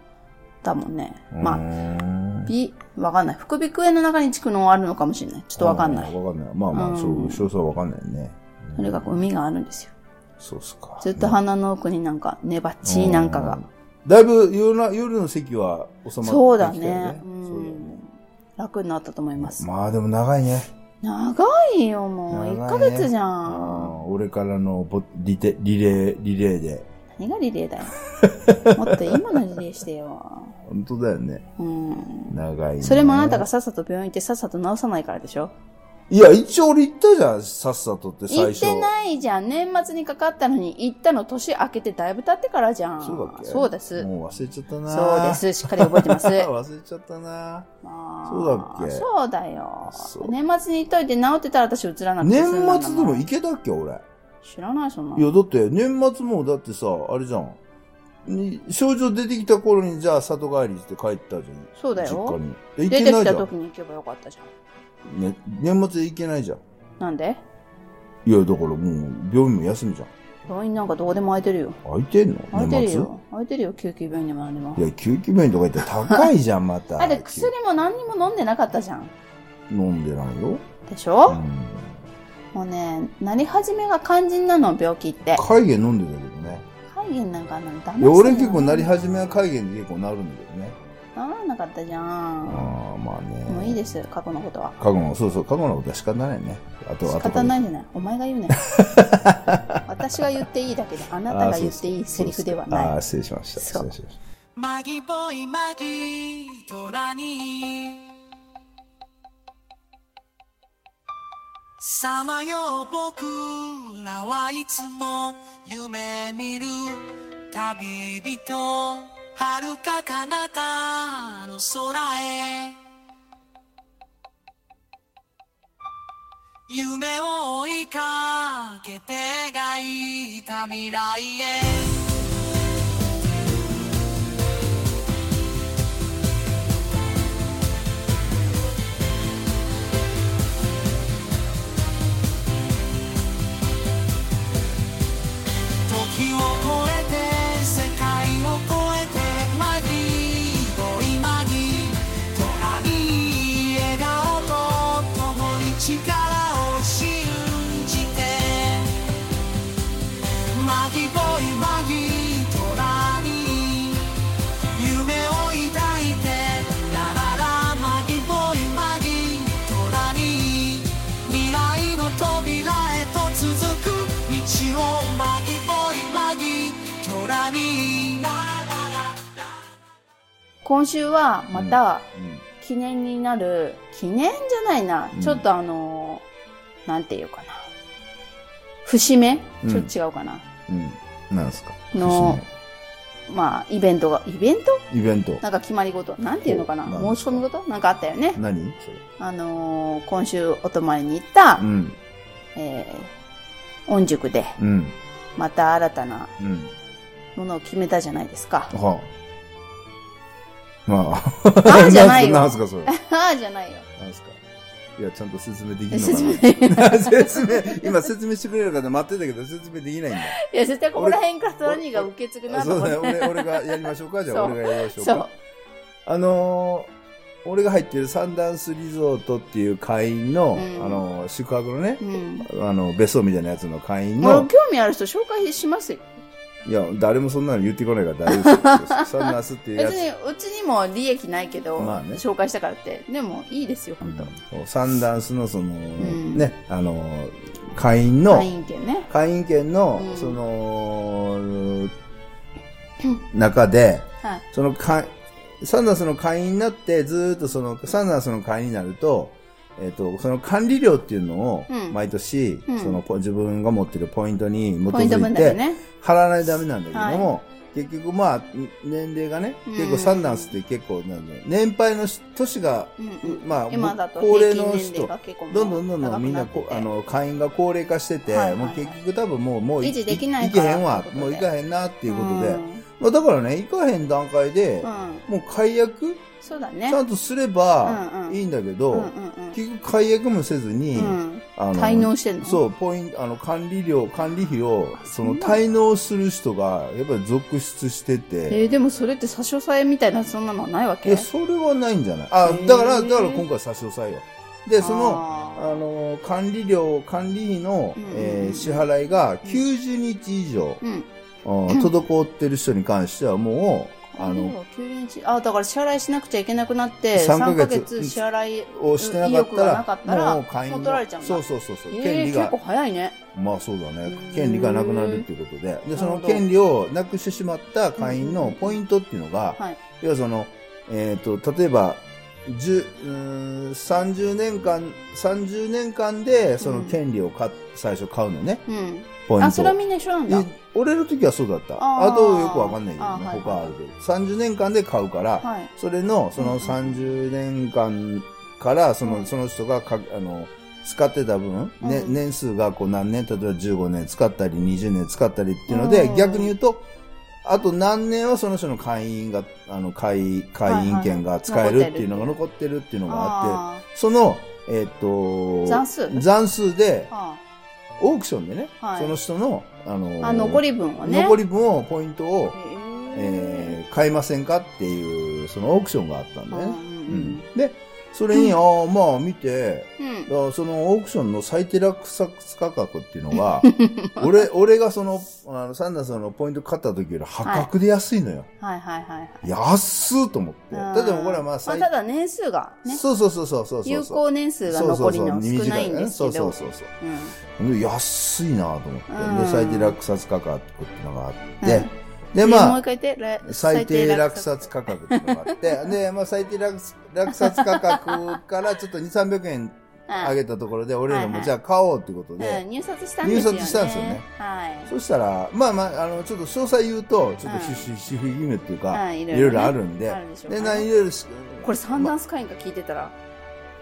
Speaker 1: だもんねまあ
Speaker 2: あ
Speaker 1: び、わかんない。副鼻腔炎の中に蓄膿あるのかもしれない。ちょっとわかんない。
Speaker 2: わかんないまあま
Speaker 1: う
Speaker 2: あ
Speaker 1: ん
Speaker 2: そう詳細はわかんないね
Speaker 1: とにかく海があるんですよ。
Speaker 2: そうっすか
Speaker 1: ずっと鼻の奥になんか、ねばっちいなんかが。
Speaker 2: だいぶ夜な夜の席は収まってきた
Speaker 1: そうだ
Speaker 2: よ
Speaker 1: ね。う
Speaker 2: そうだよね
Speaker 1: ん。楽になったと思います。
Speaker 2: まあでも長いね
Speaker 1: 長いよ、もう。
Speaker 2: 長いね
Speaker 1: 1ヶ月じゃ
Speaker 2: あ
Speaker 1: ん。
Speaker 2: ー俺からのボリテリレーリレーで
Speaker 1: 何がリレーだよ。もっと今のリレーしてよ。
Speaker 2: 本当だよね
Speaker 1: うん。
Speaker 2: 長いね
Speaker 1: それもあなたがさっさと病院行ってさっさと治さないからでしょ
Speaker 2: いや一応俺行ったじゃんさっさとって
Speaker 1: 行
Speaker 2: 最
Speaker 1: っ
Speaker 2: 初
Speaker 1: てないじゃん。年末にかかったのに行ったの年明けてだいぶ経ってからじゃん。
Speaker 2: そうだっけ
Speaker 1: そうです。
Speaker 2: もう忘れちゃったな
Speaker 1: そうです。しっかり覚えてます。
Speaker 2: 忘れちゃったな
Speaker 1: まあ
Speaker 2: そうだっけ
Speaker 1: そうだよ
Speaker 2: そう。
Speaker 1: 年末に行っといて治ってたら私映らなくて
Speaker 2: 年
Speaker 1: 済んだんだもん
Speaker 2: 末でも行けたっけ俺
Speaker 1: 知らないそんない
Speaker 2: やだって年末もだってさあれじゃんに症状出てきた頃にじゃあ里帰りして帰ったじゃん
Speaker 1: そうだ
Speaker 2: 実家
Speaker 1: よ
Speaker 2: に
Speaker 1: 出
Speaker 2: で行け
Speaker 1: て
Speaker 2: な
Speaker 1: き
Speaker 2: いじ
Speaker 1: た
Speaker 2: ゃん
Speaker 1: 時に行けばよかったじゃ
Speaker 2: ね、年末で行けないじゃん
Speaker 1: んなんで
Speaker 2: いやだからもう病院も休みじゃん
Speaker 1: 病院なんかどこでも空いてるよ
Speaker 2: 空いてんの
Speaker 1: 空いて
Speaker 2: 年
Speaker 1: る
Speaker 2: 末
Speaker 1: よ空いてるよ救急病院でも何でも
Speaker 2: いや救急病院とか行ったら高いじゃんま た
Speaker 1: あれ薬も何にも飲んでなかったじゃん
Speaker 2: 飲んでないよ、
Speaker 1: でしょ、
Speaker 2: うん、
Speaker 1: もうねなり始めが肝心なの病気って
Speaker 2: 海源飲んでたけどね
Speaker 1: 肝炎なんかあんなのダメ
Speaker 2: いや俺結構なり始めは海源で結構なるんだけどね
Speaker 1: 治らなかったじゃん
Speaker 2: ああまあね
Speaker 1: もういいです過去のことは
Speaker 2: 過去のそうそう過去のことは仕方ないねあと
Speaker 1: 仕
Speaker 2: あと
Speaker 1: 方ないじゃないお前が言う ね私が言っていいだけであなたが言っていいセリフでは
Speaker 2: あ
Speaker 1: な
Speaker 2: あ
Speaker 1: い
Speaker 2: 失礼しました
Speaker 1: そう
Speaker 2: 失礼しました
Speaker 3: マギボイマギ虎にさまよう僕らはいつも夢見る旅人遥か彼方の空へ夢を追いかけて描いた未来へ時を越えて世界を越えてマギーボイマギーとあり笑顔と共に力を信じてマギーボイマギーとラに夢を抱いてラララマギーボイマギーとラに未来の扉へと続く道をマギボイマギトラにラララ
Speaker 1: 今週はまた
Speaker 2: うん
Speaker 1: 記念になる記念じゃないな、
Speaker 2: うん
Speaker 1: ちょっとあのーなんていうかな節目
Speaker 2: うん
Speaker 1: ちょっと違うかな、
Speaker 2: うんなんですか
Speaker 1: のまあイベントがイベント
Speaker 2: イベント
Speaker 1: なんか決まり事なんていうのかな
Speaker 2: そうなんで
Speaker 1: 申
Speaker 2: す
Speaker 1: し込み事なんかあったよね
Speaker 2: 何それ
Speaker 1: あのー今週お泊まりに行った、
Speaker 2: うん
Speaker 1: えー、音塾で
Speaker 2: うん
Speaker 1: また新たな
Speaker 2: うん
Speaker 1: ものを決めたじゃないです か
Speaker 2: はあまあ
Speaker 1: ああじゃないよ。
Speaker 2: な
Speaker 1: あ
Speaker 2: んす かそれ
Speaker 1: あじゃないよ。
Speaker 2: なんすかいやちゃんと説明できる
Speaker 1: 説明。
Speaker 2: の
Speaker 1: いや、
Speaker 2: かな 説明今説明してくれる方待ってたけど説明できないんだ
Speaker 1: 絶対ここら辺からトラニーが受け継ぐな
Speaker 2: あ
Speaker 1: と
Speaker 2: そう
Speaker 1: 思っ
Speaker 2: だね
Speaker 1: て。
Speaker 2: 俺俺がやりましょうかじゃあ
Speaker 1: そう
Speaker 2: 俺がやりましょう
Speaker 1: そう
Speaker 2: か。あのー俺が入ってるサンダンスリゾートっていう会員の、
Speaker 1: うん
Speaker 2: あのー宿泊のね
Speaker 1: うん。
Speaker 2: あの別荘みたいなやつの会員
Speaker 1: もう
Speaker 2: の
Speaker 1: 興味ある人紹介しますよ。
Speaker 2: いや誰もそんなの言ってこないから大丈夫ですよ サンダンスっていうや
Speaker 1: 別
Speaker 2: つ
Speaker 1: に、うちにも利益ないけど、
Speaker 2: まあね
Speaker 1: 紹介したからって。でも、いいですよ、本当。
Speaker 2: そうサンダンスのその、
Speaker 1: ん
Speaker 2: ねあのー会員の
Speaker 1: 会員権ね。
Speaker 2: 会員権の、
Speaker 1: うん
Speaker 2: その 中で
Speaker 1: はい。
Speaker 2: そのかサンダースの会員になって、ずーっとその、サンダースの会員になると、えっ、と、その管理料っていうのを
Speaker 1: う、ん
Speaker 2: 毎年、
Speaker 1: うん
Speaker 2: そのポ、自分が持ってるポイントに基
Speaker 1: ポイント
Speaker 2: づ
Speaker 1: 分
Speaker 2: い
Speaker 1: だけ
Speaker 2: て、
Speaker 1: ね。
Speaker 2: 払わないとダメなんだけども、結局まあ、年齢がね、
Speaker 1: うん
Speaker 2: 結構サンダンスって結構なんで、年配のし都市が、
Speaker 1: うんうん
Speaker 2: まあ、
Speaker 1: 今だと平
Speaker 2: 高
Speaker 1: 均
Speaker 2: 齢の
Speaker 1: 年齢
Speaker 2: 人
Speaker 1: が、結構もう
Speaker 2: どんどんどんど
Speaker 1: 長
Speaker 2: ん
Speaker 1: く
Speaker 2: みんな
Speaker 1: って
Speaker 2: こ
Speaker 1: て
Speaker 2: あの会員が高齢化してて、
Speaker 1: はいはいはい
Speaker 2: もう結局多分もうもうい
Speaker 1: 維持できない
Speaker 2: いけ
Speaker 1: から
Speaker 2: へんわ
Speaker 1: ということで
Speaker 2: もういかへんなっていうことで、
Speaker 1: ん
Speaker 2: まあ、だからねいかへん段階で、
Speaker 1: うん
Speaker 2: もう解約
Speaker 1: そうだ
Speaker 2: ち
Speaker 1: ね
Speaker 2: ゃんとすれば
Speaker 1: うんうん
Speaker 2: いいんだけ
Speaker 1: う
Speaker 2: ど、
Speaker 1: んうん
Speaker 2: 結局解約もせずに、
Speaker 1: うんうん
Speaker 2: あ
Speaker 1: 滞納してんの
Speaker 2: そうポイントあの管理料管理費をそ
Speaker 1: そ
Speaker 2: の
Speaker 1: んなの
Speaker 2: 滞納する人がやっぱり続出してて、
Speaker 1: えーでもそれって差し押さえみたいなそんなのはないわ
Speaker 2: い
Speaker 1: け
Speaker 2: や、それはないんじゃないあ
Speaker 1: へ、ー
Speaker 2: だから、だから今回差し押さえよ。で、その、
Speaker 1: あ
Speaker 2: あのー、管理料、管理費の、
Speaker 1: うんうんうん
Speaker 2: えー支払いが90日以上
Speaker 1: ー、うん
Speaker 2: うん滞ってる人に関してはもう、あ
Speaker 1: あ
Speaker 2: の、
Speaker 1: の9日あだから支払いしなくちゃいけなくなって
Speaker 2: 3
Speaker 1: 3
Speaker 2: ヶ
Speaker 1: ヶ
Speaker 2: 月
Speaker 1: 月支払い
Speaker 2: をしてな
Speaker 1: 意
Speaker 2: かっ
Speaker 1: 欲が
Speaker 2: た
Speaker 1: なからっ、たら
Speaker 2: もう会員
Speaker 1: もう
Speaker 2: の
Speaker 1: 取られちゃうんだ
Speaker 2: そうそうそうそう、権
Speaker 1: え
Speaker 2: 利
Speaker 1: ー、結
Speaker 2: が
Speaker 1: 構、早いね
Speaker 2: まあそうだね
Speaker 1: う、ん
Speaker 2: 権利がなくなるっていうことで、で、そ
Speaker 1: なる
Speaker 2: の
Speaker 1: ほど
Speaker 2: 権利をなくしてしまった会員
Speaker 1: うんうん
Speaker 2: の
Speaker 1: うん
Speaker 2: ポイントっていうのが、
Speaker 1: はい
Speaker 2: 要はその、えっ、と、例えば、十、うーん30年間、30年間で、その権利をか、最初買うのね、
Speaker 1: うん
Speaker 2: ポイントを。
Speaker 1: あそれはみんな一緒なんだ
Speaker 2: え俺の時はそうだった。
Speaker 1: あー
Speaker 2: あとよくわかんないけど
Speaker 1: あー
Speaker 2: ね、
Speaker 1: はい
Speaker 2: 他はあるけど。30年間で買うから、
Speaker 1: はい
Speaker 2: それの、そ
Speaker 1: うんうん
Speaker 2: の30年間から、その、
Speaker 1: うん
Speaker 2: その人がか、あの、使ってた分、ね
Speaker 1: うん
Speaker 2: 年数がこう何年、例えば15年使ったり、20年使ったりっていうので、
Speaker 1: うん
Speaker 2: 逆に言うと、あと何年はその人の会員が、あの、会、会員権が使えるっていうのが残ってるっていうのがあって、
Speaker 1: あ
Speaker 2: その、えっ、と、
Speaker 1: 残数
Speaker 2: 残数で
Speaker 1: ー、あ
Speaker 2: オークションでね、
Speaker 1: はい
Speaker 2: その人の、あの
Speaker 1: ーあ残り分はね
Speaker 2: 残り分を、ポイントを
Speaker 1: え、
Speaker 2: えー買いませんかっていう、そのオークションがあったん
Speaker 1: ー
Speaker 2: だよね。
Speaker 1: うん
Speaker 2: うんで、それに、ああ、まあ見て、
Speaker 1: うんうん
Speaker 2: だからそのオークションの最低落札価格っていうの が、俺、俺がその、あの、サンダースのポイント買った時より破格で安いのよ。
Speaker 1: はいはいはいはい
Speaker 2: 安っと思って。だってもうこれはまあ
Speaker 1: まあ、
Speaker 2: 最、
Speaker 1: ただ年数がね
Speaker 2: そうそうそうそうそうそう。
Speaker 1: 有効年数が残りの少ないんですけど
Speaker 2: そうそうそう短いねそうそうそうそう。で安いなと思って、
Speaker 1: うん
Speaker 2: で最低落札価格っていうのがあ
Speaker 1: う
Speaker 2: っ
Speaker 1: ん
Speaker 2: て、
Speaker 1: うん
Speaker 2: で
Speaker 1: でも
Speaker 2: ま
Speaker 1: う
Speaker 2: あ
Speaker 1: 一回言ってら
Speaker 2: 最低落札価格っていうのがあってで、まあ、最低落落札価格からちょっと2300円上げたところで俺ら
Speaker 1: はいは
Speaker 2: も
Speaker 1: い
Speaker 2: じゃあ買おうってことで、
Speaker 1: うん、入札したんですよね
Speaker 2: 入札したんですよね
Speaker 1: はい
Speaker 2: そしたらまあまああのちょっと詳細言うとちょっと
Speaker 1: うん
Speaker 2: ひしひし不義務っていうか、
Speaker 1: はい
Speaker 2: い
Speaker 1: ね
Speaker 2: ろいろあるんで、
Speaker 1: あるでしょう
Speaker 2: で
Speaker 1: ね
Speaker 2: 何いろいろし
Speaker 1: これ三段スカインが聞いてたら、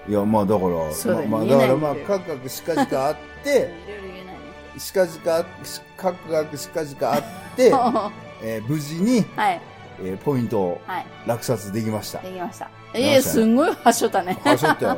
Speaker 2: いやまあだから
Speaker 1: そうだよね
Speaker 2: まあまあ、
Speaker 1: 見えな
Speaker 2: だか
Speaker 1: い
Speaker 2: ら
Speaker 1: んだ
Speaker 2: ま
Speaker 1: よ
Speaker 2: あ価格しかじかあっ
Speaker 1: いろ
Speaker 2: て
Speaker 1: いろ言えないね
Speaker 2: しかじかし価格しかじかあ って、えー無事に、
Speaker 1: はい
Speaker 2: えーポイントを
Speaker 1: はい
Speaker 2: 落札できました
Speaker 1: できました
Speaker 2: きましたね
Speaker 1: ええすんごいはしょったね
Speaker 2: はしょったよ。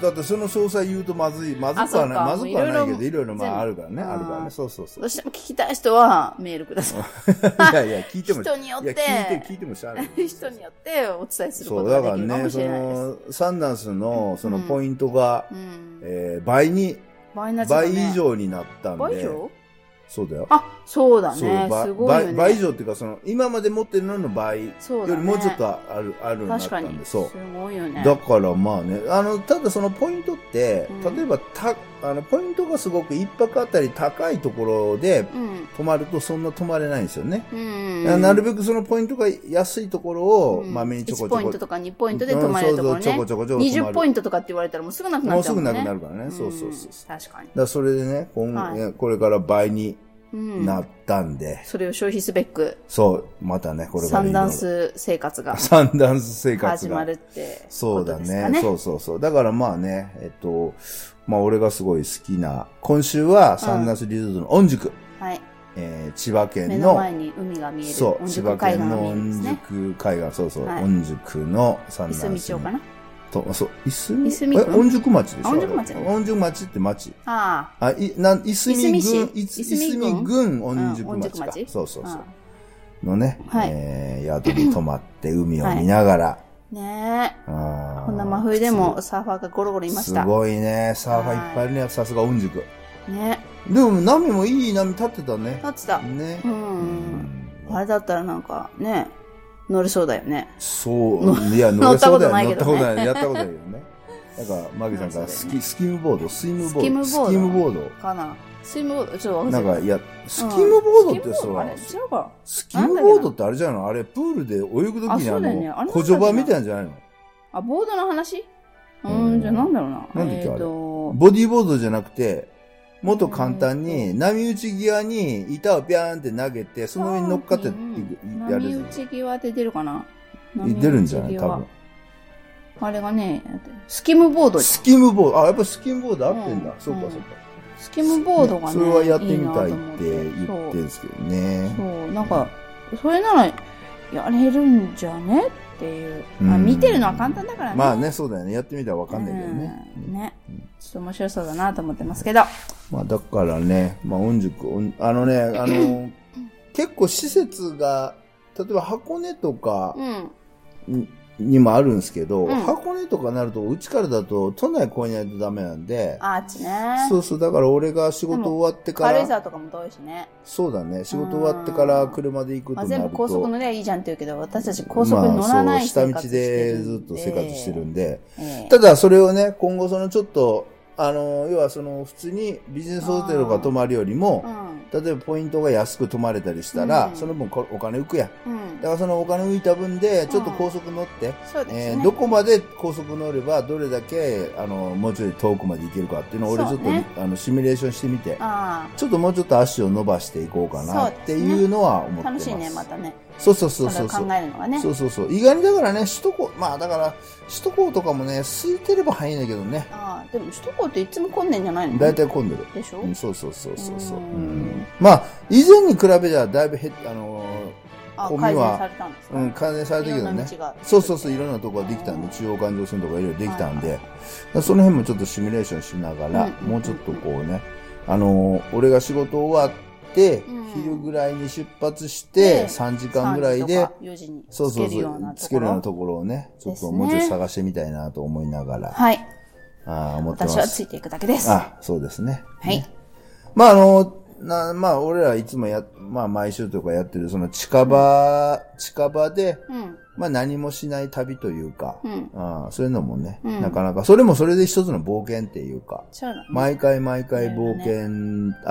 Speaker 2: だってその詳細言うとまずい、まずくはない、
Speaker 1: あ
Speaker 2: ま
Speaker 1: そ
Speaker 2: ず
Speaker 1: う
Speaker 2: く
Speaker 1: か
Speaker 2: はな
Speaker 1: も
Speaker 2: いけ
Speaker 1: う
Speaker 2: ど、
Speaker 1: い
Speaker 2: い
Speaker 1: ろい
Speaker 2: ろい
Speaker 1: ろ
Speaker 2: ろまああるからね、
Speaker 1: 全部
Speaker 2: あるから
Speaker 1: あー
Speaker 2: ね。そうそう そ
Speaker 1: どう
Speaker 2: う。
Speaker 1: しても聞きたい人はメールくださ
Speaker 2: いやいや、聞い
Speaker 1: い
Speaker 2: ても、い
Speaker 1: 人によっ
Speaker 2: や、聞いて、聞
Speaker 1: て
Speaker 2: いてもしゃあない。
Speaker 1: 人によってお伝えするこ
Speaker 2: そ
Speaker 1: と
Speaker 2: う、だ
Speaker 1: が
Speaker 2: か
Speaker 1: でき
Speaker 2: ら
Speaker 1: るかも
Speaker 2: ね、
Speaker 1: し
Speaker 2: そ
Speaker 1: れないです
Speaker 2: の、サンダンスの、その
Speaker 1: うん
Speaker 2: ポイントが、
Speaker 1: うん
Speaker 2: えー倍に、
Speaker 1: 倍になっちゃった
Speaker 2: 倍
Speaker 1: ね
Speaker 2: 以上になったん
Speaker 1: 倍以
Speaker 2: で、
Speaker 1: 上
Speaker 2: そうだよ。
Speaker 1: あそうだ
Speaker 2: そう
Speaker 1: ね
Speaker 2: ば
Speaker 1: すごいよ
Speaker 2: 倍
Speaker 1: ね
Speaker 2: 倍以上っていうか、その、今まで持ってるのの倍よ
Speaker 1: そうだ
Speaker 2: り
Speaker 1: ね
Speaker 2: もうちょっとある、あるようになっ
Speaker 1: 確
Speaker 2: た
Speaker 1: か
Speaker 2: ん
Speaker 1: に
Speaker 2: で、
Speaker 1: す
Speaker 2: そう。
Speaker 1: ごいよね
Speaker 2: だからまあね、あの、ただそのポイントって、
Speaker 1: うん
Speaker 2: 例えばた、あの、ポイントがすごく一泊あたり高いところで
Speaker 1: うん
Speaker 2: 泊まるとそんな泊まれないんですよね。
Speaker 1: うん
Speaker 2: なるべくそのポイントが安いところを、
Speaker 1: うん
Speaker 2: まめにちょこ
Speaker 1: 1
Speaker 2: ちょ
Speaker 1: ポイン
Speaker 2: こ。
Speaker 1: トとか2ポイントで泊まれるところ
Speaker 2: うんそうそう
Speaker 1: ね
Speaker 2: ちょこちょこちょこ泊まる
Speaker 1: 20ポイントとかって言われたらもうすぐなくな
Speaker 2: も
Speaker 1: っ
Speaker 2: う
Speaker 1: ちゃ
Speaker 2: す
Speaker 1: う
Speaker 2: ぐ
Speaker 1: もんね
Speaker 2: なくなるからね。そうそうそうそう。だか
Speaker 1: 確かに、
Speaker 2: らそれでね、今
Speaker 1: はい
Speaker 2: ねこれから倍に
Speaker 1: うん、
Speaker 2: なったんで、
Speaker 1: それを消費すべく
Speaker 2: そう、またね、これか
Speaker 1: サ
Speaker 2: らいろ
Speaker 1: ン
Speaker 2: いろ
Speaker 1: ダン。ス生活が
Speaker 2: 三段ス生活
Speaker 1: 始
Speaker 2: が
Speaker 1: まるって
Speaker 2: そうだ
Speaker 1: ことですか
Speaker 2: ね。そうそうそう。だからまあね、えっと、まあ俺がすごい好きな、今週はサンダースリゾートの御宿、
Speaker 1: はい、
Speaker 2: えー千葉
Speaker 1: 目
Speaker 2: 県
Speaker 1: の
Speaker 2: の、
Speaker 1: 前に海が見える
Speaker 2: そう、
Speaker 1: 御
Speaker 2: 千
Speaker 1: 宿
Speaker 2: 葉
Speaker 1: 海岸
Speaker 2: 県
Speaker 1: が
Speaker 2: の
Speaker 1: 見えるん
Speaker 2: 御
Speaker 1: ですね
Speaker 2: 宿海岸、そうそう、
Speaker 1: はい
Speaker 2: 御宿のサン
Speaker 1: い
Speaker 2: ダ
Speaker 1: す
Speaker 2: ー
Speaker 1: み
Speaker 2: ス
Speaker 1: 町かな
Speaker 2: と、そう、いすみ
Speaker 1: いすみ郡
Speaker 2: え御宿町でしょ
Speaker 1: あ御宿町
Speaker 2: あれ御宿町って町。
Speaker 1: あ
Speaker 2: あ、い、なん、いすみ
Speaker 1: いすみ
Speaker 2: 郡
Speaker 1: 市、
Speaker 2: い
Speaker 1: い
Speaker 2: つい
Speaker 1: すみ
Speaker 2: す
Speaker 1: 郡
Speaker 2: み郡御宿
Speaker 1: うん御
Speaker 2: 町
Speaker 1: 宿
Speaker 2: か。
Speaker 1: 町
Speaker 2: そうそう
Speaker 1: あ
Speaker 2: そう
Speaker 1: あ。
Speaker 2: のね、
Speaker 1: はい
Speaker 2: えー、宿に泊まって海を見ながら、
Speaker 1: あねえ
Speaker 2: あー
Speaker 1: こんな真冬でもサーファーがゴロゴロいました
Speaker 2: すごいね。サーファーいっぱいいるね。さすが御宿。
Speaker 1: ね
Speaker 2: でも波もいい波立ってたね。
Speaker 1: 立ってた
Speaker 2: ね
Speaker 1: う。んあれだったらなんかね乗れそうだよね
Speaker 2: そう。いや、乗れそうだよ。
Speaker 1: 乗
Speaker 2: 乗
Speaker 1: っ
Speaker 2: ったた
Speaker 1: こ
Speaker 2: ことと
Speaker 1: な
Speaker 2: ない。やったことないけど ね。なんか、マギさんからスキ、スキムボード、スイムボー
Speaker 1: ス
Speaker 2: ド。
Speaker 1: キムボード
Speaker 2: スキムボー
Speaker 1: かなスイムボードちょっと
Speaker 2: ド。
Speaker 1: 忘れ
Speaker 2: な
Speaker 1: た
Speaker 2: んか、いや、スキムボードって
Speaker 1: うんスキムボードあれ違
Speaker 2: さ、
Speaker 1: うか
Speaker 2: スキムボードってあれじゃないのあれ、プールで泳ぐと
Speaker 1: あ
Speaker 2: きに
Speaker 1: そうだよねあ
Speaker 2: あ
Speaker 1: れ
Speaker 2: の、小女場みたいなんじゃないの
Speaker 1: あ、ボードの話う
Speaker 2: う
Speaker 1: ーん、
Speaker 2: ん
Speaker 1: じゃあなんだろうな。
Speaker 2: なんだっけ
Speaker 1: えー
Speaker 2: あれ
Speaker 1: と、
Speaker 2: ボディーボードじゃなくて、もっと簡単に、波打ち際に板をビャーンって投げて、その上に乗っかっていく
Speaker 1: うん
Speaker 2: や
Speaker 1: 波打
Speaker 2: るじ
Speaker 1: ち際って出るかな
Speaker 2: ゃん。出るんじゃない
Speaker 1: 波打ち際
Speaker 2: 多分。
Speaker 1: あれがね、スキムボードじゃん
Speaker 2: スキムボード、あ、やっぱスキムボード合ってんだ。
Speaker 1: うん
Speaker 2: そうか
Speaker 1: うん
Speaker 2: そうか。
Speaker 1: スキムボードがね、
Speaker 2: それはやってみたいっ
Speaker 1: な
Speaker 2: て
Speaker 1: と思
Speaker 2: 言ってるんですけどね
Speaker 1: そう。そう、なんか、それならやれるんじゃねっていう。まあ、
Speaker 2: うん
Speaker 1: 見てるのは簡単だからね。
Speaker 2: まあね、そうだよね。やってみたらわかんないけどね。
Speaker 1: うんね。ちょっと面白そうだなと思ってますけど。
Speaker 2: まあだからね、まあ音塾、音あ のね、あの、結構施設が、例えば箱根とか
Speaker 1: うん。
Speaker 2: ににもあるんですけど、
Speaker 1: うん
Speaker 2: 箱根とかなると、うちからだと都内越えないとダメなんで、
Speaker 1: アーチね。
Speaker 2: そうそう、だから俺が仕事終わってか
Speaker 1: 軽井
Speaker 2: ら、
Speaker 1: 沢とかも遠いしね。
Speaker 2: そうだね、仕事終わってから車で行く
Speaker 1: まあ、
Speaker 2: とな
Speaker 1: 全
Speaker 2: る
Speaker 1: 部高速
Speaker 2: と、
Speaker 1: 乗りゃいいじゃんって言うけど、私たち高速乗らない
Speaker 2: ま
Speaker 1: 生
Speaker 2: あそう、下
Speaker 1: 活
Speaker 2: 道
Speaker 1: して
Speaker 2: で
Speaker 1: るんで、
Speaker 2: ずっと生活してるんで、
Speaker 1: ええ
Speaker 2: ただそれをね、今後そのちょっと、あの、要はその普通にビジネスホテルが泊まるよりも、
Speaker 1: うん
Speaker 2: 例えばポイントが安く泊まれたりしたら、
Speaker 1: うん
Speaker 2: その分こお金浮くやん
Speaker 1: うん
Speaker 2: だからそのお金浮いた分でちょっと高速乗って、
Speaker 1: そうですね。
Speaker 2: えーどこまで高速乗ればどれだけあのもうちょい遠くまで行けるかっていうのを俺ち
Speaker 1: そ
Speaker 2: ょ
Speaker 1: う
Speaker 2: っと、
Speaker 1: ね
Speaker 2: あのシミュレーションしてみて
Speaker 1: あ
Speaker 2: ちょっともうちょっと足を伸ばしていこうかなっていうのは思
Speaker 1: あ、
Speaker 2: ってま
Speaker 1: 楽
Speaker 2: す
Speaker 1: しいね、またね。
Speaker 2: そうそうそう
Speaker 1: そ
Speaker 2: そ
Speaker 1: れ
Speaker 2: う
Speaker 1: を
Speaker 2: そう
Speaker 1: 考えるのがね。
Speaker 2: そうそうそう意外にだからね首都高まあだから首都高とかもね空いてれば早いんだけどね
Speaker 1: ああ、でも首都高っていつも混んでんじゃないの
Speaker 2: 大体混んでる
Speaker 1: でしょ、
Speaker 2: うん、そうそうそうそうそう、
Speaker 1: う
Speaker 2: うんん、まあ以前に比べたらだいぶ減っあの
Speaker 1: あ、
Speaker 2: 混み
Speaker 1: 改善
Speaker 2: は
Speaker 1: されたんですか、
Speaker 2: うん、完全され
Speaker 1: い
Speaker 2: た
Speaker 1: ろ
Speaker 2: けど
Speaker 1: んな
Speaker 2: ね
Speaker 1: 道が。
Speaker 2: そうそうそう、いろんなとこができたん
Speaker 1: うん
Speaker 2: で、中央環状線とかいろいろできた
Speaker 1: は
Speaker 2: ん
Speaker 1: い
Speaker 2: で、だからその辺もちょっとシミュレーションしながら、
Speaker 1: うんうんうんうん
Speaker 2: もうちょっとこうね、あのー俺が仕事終わって、
Speaker 1: うん
Speaker 2: 昼ぐらいに出発し
Speaker 1: で
Speaker 2: て、3時間ぐらい
Speaker 1: 3
Speaker 2: で
Speaker 1: 時と、か4時に
Speaker 2: そう
Speaker 1: つ
Speaker 2: そ
Speaker 1: け
Speaker 2: う
Speaker 1: る
Speaker 2: そ
Speaker 1: ような
Speaker 2: う、
Speaker 1: と
Speaker 2: つ
Speaker 1: こ
Speaker 2: けるような
Speaker 1: ろ。
Speaker 2: ところをね、ちょっ
Speaker 1: です
Speaker 2: と
Speaker 1: ね
Speaker 2: もうちょっと探してみたいなと思いながら、
Speaker 1: はい。
Speaker 2: ああ、思ってま
Speaker 1: 私はつ
Speaker 2: す。
Speaker 1: いていくだけです。は
Speaker 2: あ、そうですね。
Speaker 1: い。
Speaker 2: まああの、なまあ俺らいつもや、まあ毎週とかやってる、その近場、近場で、
Speaker 1: うん。
Speaker 2: まあ何もしない旅というか、
Speaker 1: うん。
Speaker 2: ああそういうのもね、
Speaker 1: うん
Speaker 2: なかなか、それもそれで一つの冒険っていうか、
Speaker 1: そうだね。
Speaker 2: 毎回毎回
Speaker 1: そう
Speaker 2: 冒
Speaker 1: だ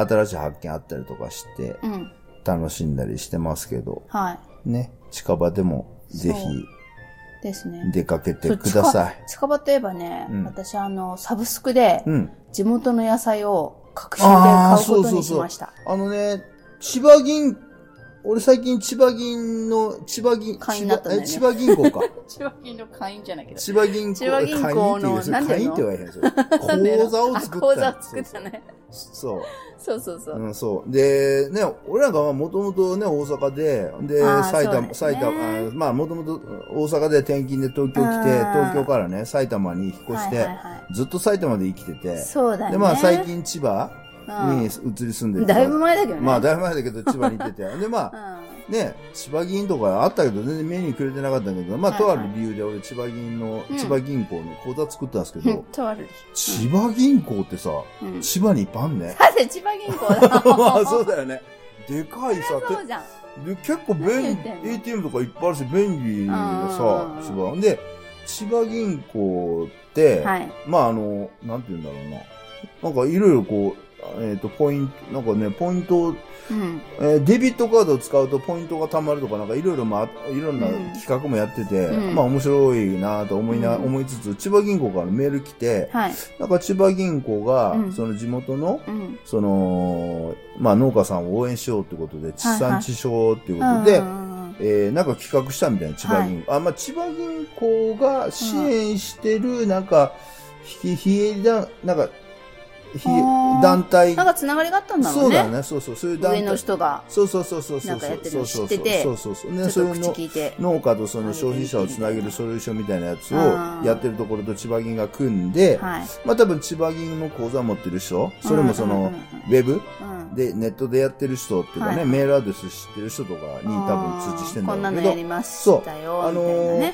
Speaker 2: 険、新しい発見あったりとかして、
Speaker 1: うん。
Speaker 2: 楽しんだりしてますけど、
Speaker 1: は
Speaker 2: ね、近場でもぜ
Speaker 1: そ
Speaker 2: ひ
Speaker 1: い。ですね。
Speaker 2: 出かけてくださ
Speaker 1: そ。
Speaker 2: いう
Speaker 1: 近近場といえばね、
Speaker 2: うん
Speaker 1: 私あの、サブスクで
Speaker 2: うん。
Speaker 1: 地元の野菜を各種で
Speaker 2: あ
Speaker 1: 買
Speaker 2: あ、
Speaker 1: うこ
Speaker 2: そう
Speaker 1: と
Speaker 2: そ
Speaker 1: に
Speaker 2: う
Speaker 1: し
Speaker 2: そ
Speaker 1: ま
Speaker 2: う
Speaker 1: した。。
Speaker 2: あのね、千葉銀、俺最近千葉銀の、千葉銀、
Speaker 1: 会員に
Speaker 2: 千
Speaker 1: な
Speaker 2: 葉
Speaker 1: ったんだよね
Speaker 2: え千葉銀 行か。
Speaker 1: 千葉銀の会員じゃないけど。
Speaker 2: 千葉銀行。
Speaker 1: 千葉銀行のなんて
Speaker 2: 会
Speaker 1: いう
Speaker 2: 員
Speaker 1: の
Speaker 2: って言わへん ですよ。口座を作った。
Speaker 1: あ口座を作ったね。
Speaker 2: そう。
Speaker 1: そうそうそう。
Speaker 2: うん、そう。で、ね、俺なんかはもともとね、大阪で、で
Speaker 1: あー、
Speaker 2: 埼
Speaker 1: そう
Speaker 2: 玉、
Speaker 1: ですね
Speaker 2: 埼玉、あーまあ、もともと大阪で転勤で東京来て、
Speaker 1: うん
Speaker 2: 東京からね、埼玉に引っ越し
Speaker 1: はい
Speaker 2: て
Speaker 1: はい、は
Speaker 2: ずっと埼玉で生きてて
Speaker 1: い、、そうだね。
Speaker 2: で、まあ、最近千葉
Speaker 1: うん
Speaker 2: に移り住んでて
Speaker 1: だいぶ前だけどね。
Speaker 2: まあ、だいぶ前だけど千葉に行って て、で、ま
Speaker 1: う
Speaker 2: あ、
Speaker 1: ん。
Speaker 2: ね、千葉銀とかあったけど、全然目にくれてなかったんだけど、まあ、
Speaker 1: はいは
Speaker 2: と
Speaker 1: い
Speaker 2: ある理由で俺千葉銀の
Speaker 1: うん、
Speaker 2: 千葉銀行の口座作ったんですけ
Speaker 1: うん
Speaker 2: ど、
Speaker 1: とある。
Speaker 2: 千葉銀行ってさ、
Speaker 1: うん。
Speaker 2: 千葉にいっぱいあ んね。
Speaker 1: さて、千葉銀行だ。
Speaker 2: まあ そうだよね。でかいさ、
Speaker 1: そうじゃん。
Speaker 2: てで結構
Speaker 1: 何言っ
Speaker 2: 便
Speaker 1: てんの
Speaker 2: 利、ATM とかいっぱいあるし、便利なさ
Speaker 1: うん、
Speaker 2: 千葉。で、千葉銀行って、
Speaker 1: はい。
Speaker 2: まああの、なんて言うんだろうな。なんかいろいろこう、えっ、と、ポイント、なんかね、ポイント、
Speaker 1: うん。
Speaker 2: えーデビットカードを使うとポイントが貯まるとか、なんかいろいろ、まあ、いろんな
Speaker 1: うん
Speaker 2: 企画もやってて、
Speaker 1: うん
Speaker 2: まあ面白いなと思いな、
Speaker 1: うん
Speaker 2: 思いつつ、千葉銀行からメール来て、
Speaker 1: はい。
Speaker 2: なんか千葉銀行が、
Speaker 1: うん
Speaker 2: その地元の、
Speaker 1: うん。
Speaker 2: その、まあ農家さんを応援しようってことで、地産地消っていうことで、
Speaker 1: うん
Speaker 2: えーなんか企画したみたいな、千葉銀行。あ、まあ千葉銀行が支援してる、なんか、ひ、非営利団、なんか、ひ
Speaker 1: あー、
Speaker 2: 団体。
Speaker 1: なんかつながりがあったんだろ
Speaker 2: そううだ
Speaker 1: ね。
Speaker 2: ね、そうそう、そういう団体。
Speaker 1: 上の人が、
Speaker 2: そうそうそうそうそう。
Speaker 1: なんかやってるの知
Speaker 2: そう
Speaker 1: ってて
Speaker 2: そうそうそう。
Speaker 1: ち
Speaker 2: ね、
Speaker 1: ょっ
Speaker 2: そ
Speaker 1: と
Speaker 2: れ
Speaker 1: 口
Speaker 2: の、
Speaker 1: 聞いて。
Speaker 2: 農家とその消費者をつなげるソリューションみたいなやつをやってるところと千葉銀が組んで、
Speaker 1: はい。
Speaker 2: まあ多分千葉銀の口座持ってる人、それもそ
Speaker 1: うんうん
Speaker 2: の
Speaker 1: うんうん、
Speaker 2: ウェブ
Speaker 1: うん。
Speaker 2: で、ネットでやってる人っていうかね、
Speaker 1: はい
Speaker 2: メールアドレス知ってる人とかに多分通知してんだ
Speaker 1: こんな
Speaker 2: ろう
Speaker 1: の
Speaker 2: け
Speaker 1: や
Speaker 2: ど
Speaker 1: り、ました
Speaker 2: そう
Speaker 1: よ、
Speaker 2: あ
Speaker 1: み
Speaker 2: の
Speaker 1: たいな
Speaker 2: ー
Speaker 1: ね。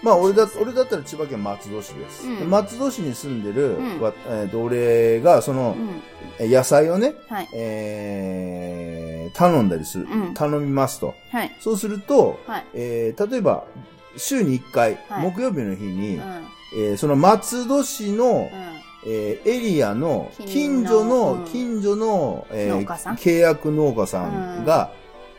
Speaker 2: まあ俺だ、俺だったら千葉県松戸市です。
Speaker 1: うん
Speaker 2: 松戸市に住んでる、
Speaker 1: うん
Speaker 2: わえーと俺がその
Speaker 1: うん。
Speaker 2: 野菜をね、
Speaker 1: はい。
Speaker 2: えー、頼んだりする、
Speaker 1: うん
Speaker 2: 頼みますと。
Speaker 1: はい。
Speaker 2: そうすると、
Speaker 1: はい。
Speaker 2: えー、例えば、週に1回、
Speaker 1: はい
Speaker 2: 木曜日の日に、
Speaker 1: うん。うん。
Speaker 2: えーその松戸市の、えーエリアの
Speaker 1: 近
Speaker 2: 近
Speaker 1: 隣
Speaker 2: 所
Speaker 1: の
Speaker 2: の、近所の、えー
Speaker 1: 農家さん
Speaker 2: 契約農家さんが、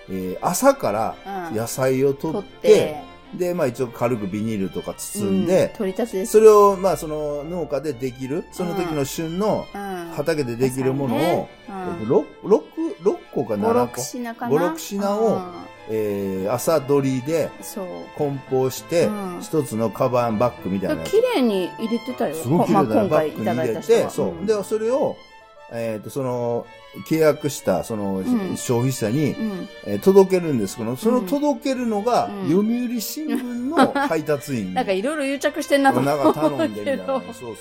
Speaker 2: えー朝から
Speaker 1: うん。
Speaker 2: 野菜を取
Speaker 1: 取
Speaker 2: っ
Speaker 1: って
Speaker 2: て、、で、まあ一応軽くビニールとか包ん
Speaker 1: う
Speaker 2: で、
Speaker 1: 取り立てです。
Speaker 2: それをまあその農家でできる、その時の旬の、
Speaker 1: うん。
Speaker 2: 畑でできるものを、
Speaker 1: 確かにね
Speaker 2: 6, 6, 個か7個
Speaker 1: 五六品かな
Speaker 2: 五六品を
Speaker 1: うん
Speaker 2: えー朝取りで
Speaker 1: そう
Speaker 2: 梱包して、
Speaker 1: うん
Speaker 2: 一つのカバンバッグみたいなやつ
Speaker 1: 綺麗に入れてたよ
Speaker 2: すごい綺麗
Speaker 1: まあ
Speaker 2: な
Speaker 1: 今
Speaker 2: バ
Speaker 1: 回い
Speaker 2: ッグに
Speaker 1: ただ
Speaker 2: 入
Speaker 1: いた
Speaker 2: れ
Speaker 1: 人
Speaker 2: て、
Speaker 1: は
Speaker 2: そう。
Speaker 1: ん
Speaker 2: で、それを、えっ、と、その、契約した、その、
Speaker 1: うん
Speaker 2: 消費者に、
Speaker 1: うん
Speaker 2: えー届けるんですけど、その
Speaker 1: うん
Speaker 2: 届けるのが、
Speaker 1: うん
Speaker 2: 読売新聞 の配達員に。
Speaker 1: なんかいろいろ癒着してんなと思
Speaker 2: なんか頼
Speaker 1: うん け
Speaker 2: でみたいな。
Speaker 1: ど
Speaker 2: そうそうそう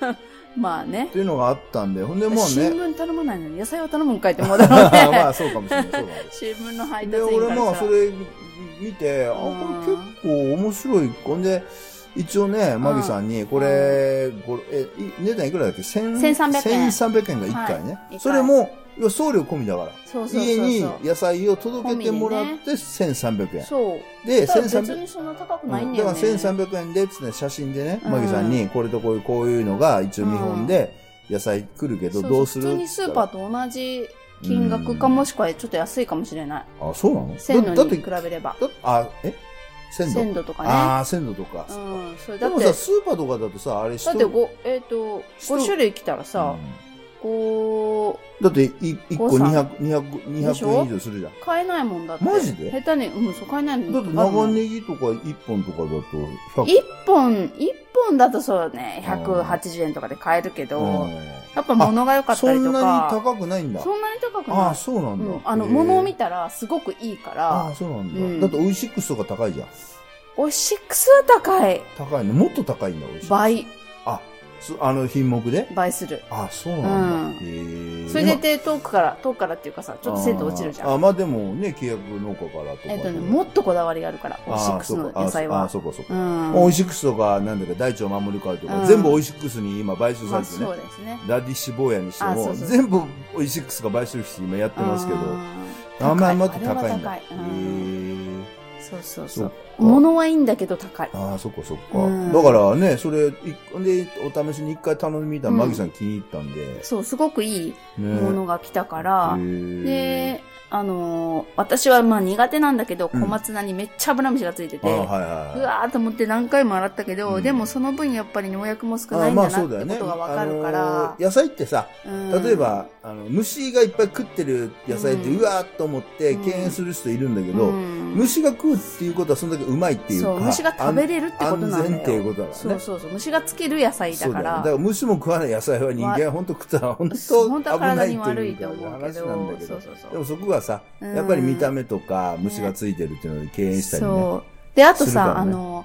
Speaker 2: そう。っ
Speaker 1: まあね
Speaker 2: ていうのがあったんで、ほんでもう
Speaker 1: 新
Speaker 2: ね、
Speaker 1: 聞頼まないのに野菜を頼むんかいって思うだろうね、
Speaker 2: まあそうかもしれない。そうかもしれない
Speaker 1: 新聞の配達
Speaker 2: で、
Speaker 1: 員か
Speaker 2: 俺
Speaker 1: ら
Speaker 2: まあ
Speaker 1: した
Speaker 2: そ
Speaker 1: ら
Speaker 2: れ見て、あ、こ
Speaker 1: う
Speaker 2: れ
Speaker 1: ん
Speaker 2: 結構面白い。ほんで、一応ね、マギさんに、これ、ごえ、い値段いくらだっけ千
Speaker 1: 1300円
Speaker 2: 1300円が1回ね。
Speaker 1: はい
Speaker 2: それも、いや送料込みだから。
Speaker 1: そうそう
Speaker 2: 家に
Speaker 1: そう
Speaker 2: 野菜を届けてもらっ
Speaker 1: 込み
Speaker 2: て1300円。
Speaker 1: そう
Speaker 2: で、
Speaker 1: そう別
Speaker 2: 1300
Speaker 1: にそんな高く
Speaker 2: うん
Speaker 1: ないんだ
Speaker 2: だか
Speaker 1: よ
Speaker 2: ら
Speaker 1: ね、
Speaker 2: 1300円で、つね、写真でね、
Speaker 1: うん
Speaker 2: マギさんに、これとこういう、こういうのが一応見本で、野菜来るけ
Speaker 1: そ
Speaker 2: ど、
Speaker 1: うそう
Speaker 2: どうする
Speaker 1: 普通にスーパーと同じ金額か
Speaker 2: うん
Speaker 1: もしくはちょっと安いかもしれない
Speaker 2: あ、そうなの
Speaker 1: 鮮度
Speaker 2: だだっ
Speaker 1: に
Speaker 2: て
Speaker 1: 比べれば
Speaker 2: だあ、え鮮度
Speaker 1: 鮮度とか
Speaker 2: ああ、鮮度とか。
Speaker 1: ね
Speaker 2: そっか
Speaker 1: うんそれ
Speaker 2: で
Speaker 1: だっ
Speaker 2: も
Speaker 1: て
Speaker 2: さ、スーパーとかだとさ、あれ一
Speaker 1: だってごえっ、と
Speaker 2: 人
Speaker 1: 5種類来たらさ、
Speaker 2: うん
Speaker 1: こ
Speaker 2: だってい1個
Speaker 1: 誤算
Speaker 2: 200、200、
Speaker 1: でしょ
Speaker 2: 200円以上するじゃん。
Speaker 1: う買えないもんだって
Speaker 2: マジで
Speaker 1: 下手にうんそう買えないの
Speaker 2: だって長ネギとか1本とかだと100
Speaker 1: 一本一本だとそうね180円とかで買えるけど、
Speaker 2: うん
Speaker 1: やっぱ物が良かっ
Speaker 2: そ
Speaker 1: たり
Speaker 2: ん
Speaker 1: と
Speaker 2: なに
Speaker 1: か
Speaker 2: 高くないんだ。
Speaker 1: そんなに高くない
Speaker 2: ああ、そうなん
Speaker 1: うん
Speaker 2: だ。
Speaker 1: あの
Speaker 2: へえ
Speaker 1: 物を見たらすごくいいか
Speaker 2: あ
Speaker 1: ら
Speaker 2: あ、そう
Speaker 1: う
Speaker 2: なん
Speaker 1: ん
Speaker 2: だ。だってオイシックスとか高いじゃん。
Speaker 1: オシックスは高い
Speaker 2: 高いの。もっと高いんだ、オイシックス。
Speaker 1: 倍
Speaker 2: あ、そあの品目で
Speaker 1: 倍する
Speaker 2: ああ、そうなんだ。
Speaker 1: う
Speaker 2: へえ
Speaker 1: それでで遠くから遠くからっていうかさちょっと鮮度落ちるじゃ
Speaker 2: あー
Speaker 1: ん
Speaker 2: あまあでもね契約農家からとか
Speaker 1: えっとねもっとこだわりがあるからオシックスの野菜
Speaker 2: あー
Speaker 1: は
Speaker 2: そうかあーそうかそう
Speaker 1: う
Speaker 2: か
Speaker 1: ん
Speaker 2: オイシックスとかなんだか大地を守る会とか、
Speaker 1: うん
Speaker 2: 全部オイシックスに今買収
Speaker 1: ま
Speaker 2: さ
Speaker 1: あ
Speaker 2: れて
Speaker 1: そう
Speaker 2: ね
Speaker 1: ですね
Speaker 2: ラディッシュ坊やにして
Speaker 1: あそ
Speaker 2: も
Speaker 1: うそう
Speaker 2: 全部オイシックスが買収して今やってますけど
Speaker 1: うん
Speaker 2: あんまりま
Speaker 1: 高
Speaker 2: た
Speaker 1: いあれは
Speaker 2: 高いんだ
Speaker 1: 高
Speaker 2: へ
Speaker 1: い
Speaker 2: え
Speaker 1: うんそうそう
Speaker 2: そ
Speaker 1: そうう
Speaker 2: か
Speaker 1: 物はいいんだけど高い
Speaker 2: ああそっかそっか、
Speaker 1: うん
Speaker 2: だからねそれいでお試しに一回頼んでみたらマギさん気に入ったんで、
Speaker 1: そうすごくいい
Speaker 2: ね
Speaker 1: ものが来たから、
Speaker 2: へえ
Speaker 1: であのー私はまあ苦手なんだけど
Speaker 2: うん
Speaker 1: 小松菜にめっちゃ油虫がついて
Speaker 2: あ
Speaker 1: て、
Speaker 2: ーはいはいうはい
Speaker 1: わーと思って何回も洗ったけど、
Speaker 2: うん
Speaker 1: でもその分やっぱり農薬も少
Speaker 2: あ
Speaker 1: な
Speaker 2: ー
Speaker 1: いんだ
Speaker 2: まあ
Speaker 1: な
Speaker 2: そ
Speaker 1: っ
Speaker 2: うだよ
Speaker 1: て
Speaker 2: ね
Speaker 1: ことがわかるか
Speaker 2: あ
Speaker 1: ら
Speaker 2: のー、野菜ってさ
Speaker 1: うん
Speaker 2: 例えば、あの虫がいっぱい食ってる野菜って、
Speaker 1: う
Speaker 2: うんわーっと思って敬遠する人いるんだけど、
Speaker 1: うん
Speaker 2: 虫が食うっていうことはそんだけうまいっていうか
Speaker 1: そう虫が食べれるってことなんだよ
Speaker 2: 安全っていうことだから
Speaker 1: そ
Speaker 2: ね
Speaker 1: うそうそう虫がつける野菜だ
Speaker 2: そう
Speaker 1: か
Speaker 2: だよね
Speaker 1: ら
Speaker 2: だから虫も食わない野菜は人間本当食ったら本当
Speaker 1: そう本
Speaker 2: 危
Speaker 1: 当は
Speaker 2: な
Speaker 1: 体
Speaker 2: い
Speaker 1: に
Speaker 2: と
Speaker 1: 悪
Speaker 2: いう
Speaker 1: い
Speaker 2: か
Speaker 1: と思うけ
Speaker 2: 話
Speaker 1: ど
Speaker 2: なんだけど
Speaker 1: そうそうそう
Speaker 2: でもそこがさ
Speaker 1: うん
Speaker 2: やっぱり見た目とか虫がついてるっていうので敬遠したりね
Speaker 1: そう。で、あと
Speaker 2: するか
Speaker 1: さ、
Speaker 2: らね
Speaker 1: あの、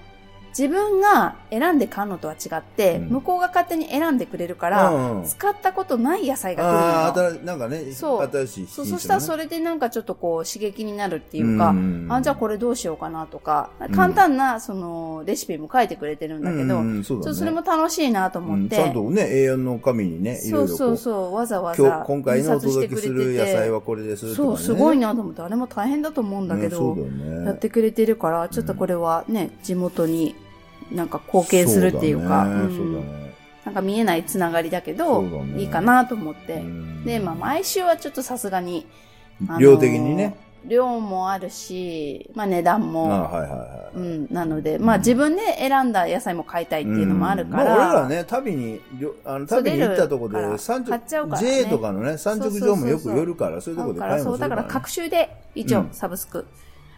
Speaker 1: 自分が選んで買うのとは違って、
Speaker 2: うん
Speaker 1: 向こうが勝手に選んでくれるから、
Speaker 2: うんうん
Speaker 1: 使ったことない野菜が
Speaker 2: あ
Speaker 1: 来るのよ。
Speaker 2: あなんかね
Speaker 1: そう
Speaker 2: 新しい
Speaker 1: そう、そしたらそ
Speaker 2: れっ
Speaker 1: れでなんかちょっとこう刺激になるっていうか、あ、じゃあこれどうしようかなとか、簡単なそのレシピも書いてくれてるんだけど、
Speaker 2: そう
Speaker 1: そ
Speaker 2: だ
Speaker 1: う
Speaker 2: ね
Speaker 1: それも楽しいなと
Speaker 2: う
Speaker 1: 思っ
Speaker 2: ん
Speaker 1: て。
Speaker 2: ちゃんとね、A4 の紙にね、い
Speaker 1: そ
Speaker 2: ろ
Speaker 1: う
Speaker 2: いろ
Speaker 1: そ
Speaker 2: こ
Speaker 1: う
Speaker 2: う、
Speaker 1: そう、わざわざ
Speaker 2: 今日、今回のお
Speaker 1: 印刷して
Speaker 2: 届け
Speaker 1: くれ
Speaker 2: す
Speaker 1: て
Speaker 2: る野菜
Speaker 1: て
Speaker 2: はこれですとかね。
Speaker 1: そう、すごい
Speaker 2: ね。
Speaker 1: なと思って、あれも大変だと思うんだけど、
Speaker 2: そうだよね。
Speaker 1: やってくれてるから、ちょっとこれはね、地元になんか貢献するっていうか、うん
Speaker 2: そうだね。
Speaker 1: なんか見えないつながりだけど、
Speaker 2: そうだね
Speaker 1: いいかなと思っ
Speaker 2: そう
Speaker 1: て
Speaker 2: だ。ね
Speaker 1: で、まあ、毎週はちょっとさすがに、あのー
Speaker 2: 量的にね。。
Speaker 1: 量もあるし、まあ値段
Speaker 2: あ
Speaker 1: も、
Speaker 2: はいはいは
Speaker 1: う
Speaker 2: い。
Speaker 1: ん、なので、まあ自分で選んだ野菜も買いたいっていうのもあるか
Speaker 2: うんまあ、俺ら
Speaker 1: ら、
Speaker 2: ね、旅に、りょあの
Speaker 1: そう
Speaker 2: 旅に行ったとこ
Speaker 1: 出るから
Speaker 2: で、産
Speaker 1: 買っちゃうか
Speaker 2: 直、
Speaker 1: らね
Speaker 2: J とかのね、産直場もよく寄るから、そういう
Speaker 1: だ
Speaker 2: とこで
Speaker 1: から
Speaker 2: 買い
Speaker 1: そ
Speaker 2: 物
Speaker 1: う、
Speaker 2: する
Speaker 1: だから
Speaker 2: か
Speaker 1: ら
Speaker 2: ね。
Speaker 1: 各週で一応
Speaker 2: うん
Speaker 1: サブスク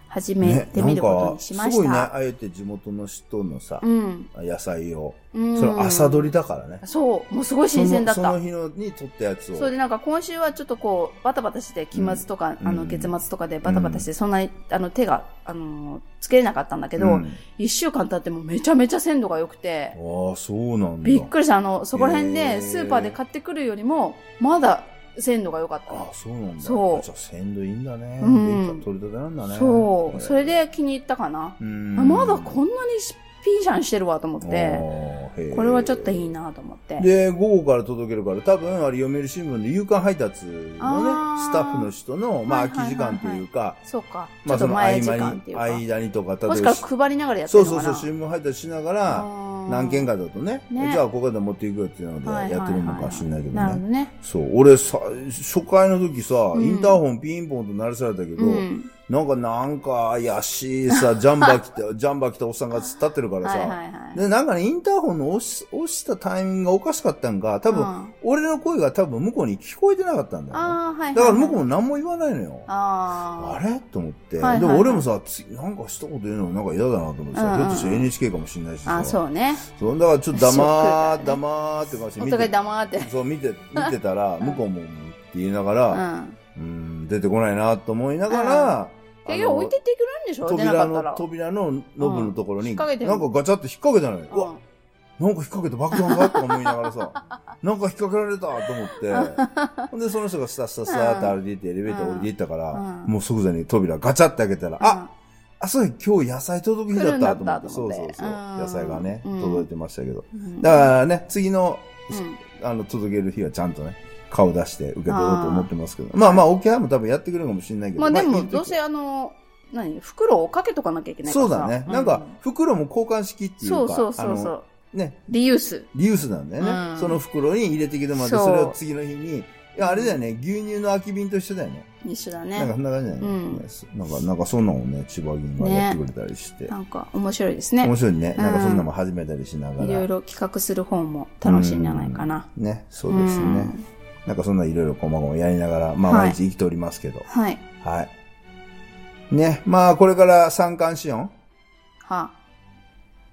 Speaker 1: 始めてみることにしまし
Speaker 2: ねなん
Speaker 1: た
Speaker 2: か。すごいね、あえて地元の人のさ
Speaker 1: う、ん。
Speaker 2: 野菜を、
Speaker 1: うん
Speaker 2: それ朝取りだからね。
Speaker 1: そう、もうすごい新鮮だっ
Speaker 2: そ
Speaker 1: た。
Speaker 2: のその日のに取ったやつを。
Speaker 1: そうでなんか今週はちょっとこうバタバタして期末とか、
Speaker 2: うん
Speaker 1: あの月末とかでバタバタしてそんなに、あの手があのつけれなかったんだけ
Speaker 2: う
Speaker 1: ど
Speaker 2: ん
Speaker 1: 一、週間経ってもめちゃめちゃ鮮度が良くて
Speaker 2: ああ、そうなんだ。
Speaker 1: びっくりしたあのそこら辺
Speaker 2: へ
Speaker 1: で
Speaker 2: ー
Speaker 1: スーパーで買ってくるよりもまだ鮮度が良かっ
Speaker 2: ああ、
Speaker 1: た
Speaker 2: そうなんだ。
Speaker 1: そう
Speaker 2: じゃあ、鮮度いいんだね。
Speaker 1: うん
Speaker 2: で取れたてなんだね。
Speaker 1: そ
Speaker 2: えー
Speaker 1: うそれ、で気に入ったかな、
Speaker 2: うん
Speaker 1: あまだこんなにピーシャンしてるわと思っ
Speaker 2: あ
Speaker 1: て
Speaker 2: ーへー
Speaker 1: これはちょっといいなと思って
Speaker 2: で、午後から届けるから、多分、あれ、読売新聞で夕刊配達のね
Speaker 1: あ、ー
Speaker 2: スタッフの人の、ま
Speaker 1: は
Speaker 2: あ、
Speaker 1: いはい
Speaker 2: 空
Speaker 1: はい
Speaker 2: き時間というか、
Speaker 1: そうかちょっ
Speaker 2: ま
Speaker 1: と
Speaker 2: あ、その合
Speaker 1: 前時
Speaker 2: 間
Speaker 1: 間ってい
Speaker 2: に、
Speaker 1: うか、
Speaker 2: 間にとか、例え
Speaker 1: も
Speaker 2: ば
Speaker 1: しくは配りながらやって
Speaker 2: そ
Speaker 1: る
Speaker 2: う
Speaker 1: の
Speaker 2: そ
Speaker 1: か
Speaker 2: う
Speaker 1: な
Speaker 2: そう、新聞配達しながら、
Speaker 1: うん
Speaker 2: 何件かだとね、
Speaker 1: ね
Speaker 2: じゃあ、ここで持っていくよっていうので、やってるのかもしれないけど
Speaker 1: なるほど
Speaker 2: ね。
Speaker 1: ね。
Speaker 2: そう、俺さ、初回の時さ、
Speaker 1: ん
Speaker 2: インターホンピンポンと鳴らされたけど、
Speaker 1: うん。
Speaker 2: なんか、なんか怪しいさ、ジャンバー着て、ジャンバー着たおっさんが突っ立ってるからさ、
Speaker 1: はいはいはい
Speaker 2: で、なんかね、インターホンの押し、押したタイミングがおかしかったんか、多分、
Speaker 1: うん
Speaker 2: 俺の声が多分向こうに聞こえてなかったんだよ、ね。
Speaker 1: ああ、はいはいはい。
Speaker 2: だから向こうも何も言わないのよ。
Speaker 1: あ
Speaker 2: あ
Speaker 1: あ。
Speaker 2: れと思って。
Speaker 1: はいはい
Speaker 2: でも俺もさ、つなんか一言言うのなんか嫌だなと思ってさ、
Speaker 1: うんうん
Speaker 2: ひょっとして NHK かもしれないしさ。
Speaker 1: あそうね。
Speaker 2: そうだからちょっと黙ー、
Speaker 1: ショックだね
Speaker 2: 黙ーって顔して
Speaker 1: お
Speaker 2: 見
Speaker 1: 互い
Speaker 2: て、
Speaker 1: 黙って。
Speaker 2: そう見 て、見てたら、向こうも、うんって言いながら、
Speaker 1: うん。
Speaker 2: うーん、出てこないなと思いながら、あ
Speaker 1: 結
Speaker 2: の
Speaker 1: 局置いてってくれるんでしょ出な
Speaker 2: 扉
Speaker 1: かった
Speaker 2: の
Speaker 1: ら。
Speaker 2: 扉のノブのところに、
Speaker 1: うん引っ
Speaker 2: な
Speaker 1: 掛け
Speaker 2: ん
Speaker 1: て
Speaker 2: か
Speaker 1: る
Speaker 2: ガチャって引っ掛けたのよ。う
Speaker 1: う
Speaker 2: わ
Speaker 1: ん
Speaker 2: なんか引っ掛けて爆弾がとか思いなが らさ、なんか引っ掛けられたと思って、ほんでその人がスタスタスタって歩いていってエレベーター降りていったから、
Speaker 1: うん
Speaker 2: もう即座に扉ガチャって開けたら、ああ、そうや今日野菜届く日だった
Speaker 1: 来る
Speaker 2: と思って。
Speaker 1: んだったと思って
Speaker 2: そうそうそう。
Speaker 1: うん
Speaker 2: 野菜がね、
Speaker 1: うん
Speaker 2: 届いてましたけど。
Speaker 1: うん
Speaker 2: だからね、次の、
Speaker 1: うん
Speaker 2: あの、届ける日はちゃんとね、顔出して受け取ろうと思ってますけど。まあまあ、沖縄も多分やってくれるかもしれないけど。
Speaker 1: まあで
Speaker 2: い
Speaker 1: も、
Speaker 2: い時
Speaker 1: どうせあの、何袋をかけとかなきゃいけないか
Speaker 2: そ
Speaker 1: ら
Speaker 2: う
Speaker 1: さ。
Speaker 2: だね。
Speaker 1: う
Speaker 2: なんか、袋も交換式っていう
Speaker 1: そ
Speaker 2: か、
Speaker 1: うそうそう
Speaker 2: あ
Speaker 1: そ
Speaker 2: の
Speaker 1: う。
Speaker 2: ね、
Speaker 1: リユース。
Speaker 2: リユースなんだよね。
Speaker 1: うん
Speaker 2: その袋に入れてきてもらって、
Speaker 1: そう
Speaker 2: それを次の日に、いや、あれだよね、牛乳の空き瓶と一緒だよね。
Speaker 1: 一緒だ
Speaker 2: なんか
Speaker 1: ね。
Speaker 2: そんな感じだよね。
Speaker 1: うん
Speaker 2: なんか、なんかそんなのをね、千葉銀がやってくれたりして。
Speaker 1: なんか面白いですね
Speaker 2: 面。白いね。
Speaker 1: うん
Speaker 2: なんかそんなのも始めたりしながら。
Speaker 1: いろいろ企画する方も楽しいんじゃないかな。
Speaker 2: うん。ね、そうですね。
Speaker 1: うん
Speaker 2: なんかそんないろいろこまごまやりながら、まあ
Speaker 1: はい
Speaker 2: 毎日生きておりますけど。
Speaker 1: はい。
Speaker 2: はい。ね、まあこれから三寒四温
Speaker 1: は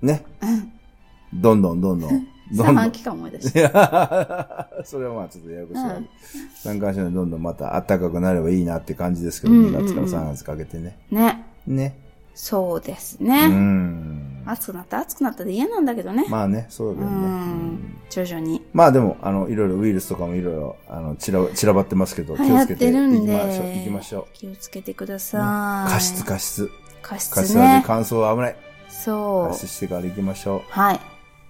Speaker 2: ね。
Speaker 1: あ。うん
Speaker 2: どんどんどん どん。ど
Speaker 1: 三
Speaker 2: んどん
Speaker 1: 半。期間思い出し
Speaker 2: いや それはまあちょっとややこしいわけ、三寒四温どんどんまた暖かくなればいいなって感じですけど、
Speaker 1: うんうんうん
Speaker 2: 2月から3月かけてね。
Speaker 1: た。ね。
Speaker 2: ね。
Speaker 1: そうです
Speaker 2: う
Speaker 1: ね。
Speaker 2: ん。
Speaker 1: 暑くなった暑くなったで嫌なんだけどね。
Speaker 2: まあね、そうだ
Speaker 1: う
Speaker 2: よね。うん
Speaker 1: ん。徐々に。
Speaker 2: まあでも、あの、いろいろウイルスとかもいろいろ、あの、散らば、散らばってますけど、気
Speaker 1: 流行
Speaker 2: を
Speaker 1: っ
Speaker 2: つけてい
Speaker 1: て
Speaker 2: き
Speaker 1: るんで。
Speaker 2: ましょう。いきましょ
Speaker 1: 気をつけてくだ
Speaker 2: う。
Speaker 1: さい。
Speaker 2: 加湿、加湿。
Speaker 1: 加
Speaker 2: 加
Speaker 1: 湿
Speaker 2: 湿はね、
Speaker 1: ね。
Speaker 2: 乾燥は危ない。
Speaker 1: そ
Speaker 2: 加
Speaker 1: う
Speaker 2: 湿。してから行きましょ
Speaker 1: はい。
Speaker 2: う。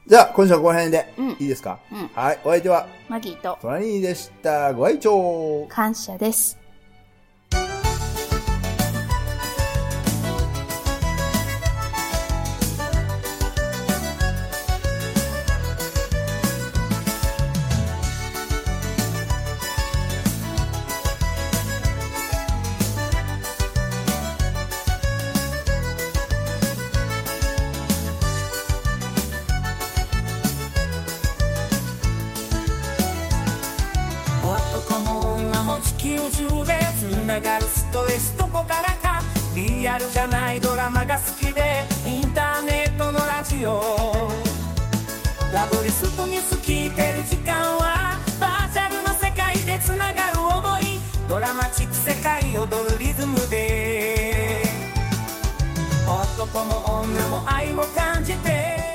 Speaker 2: じゃあ、今週はこの辺で、
Speaker 1: うん
Speaker 2: いいですか、
Speaker 1: うん
Speaker 2: はい、お相手は、
Speaker 1: マギーと
Speaker 2: トラニーでした。ご愛聴
Speaker 1: 感謝です。
Speaker 3: 男も女も地球中で繋がるストレスどこからかリアルじゃないドラマが好きでインターネットのラジオラブリストに好きてる時間はバーチャルの世界で繋がる想いドラマチック世界踊るリズムで男も女も愛を感じて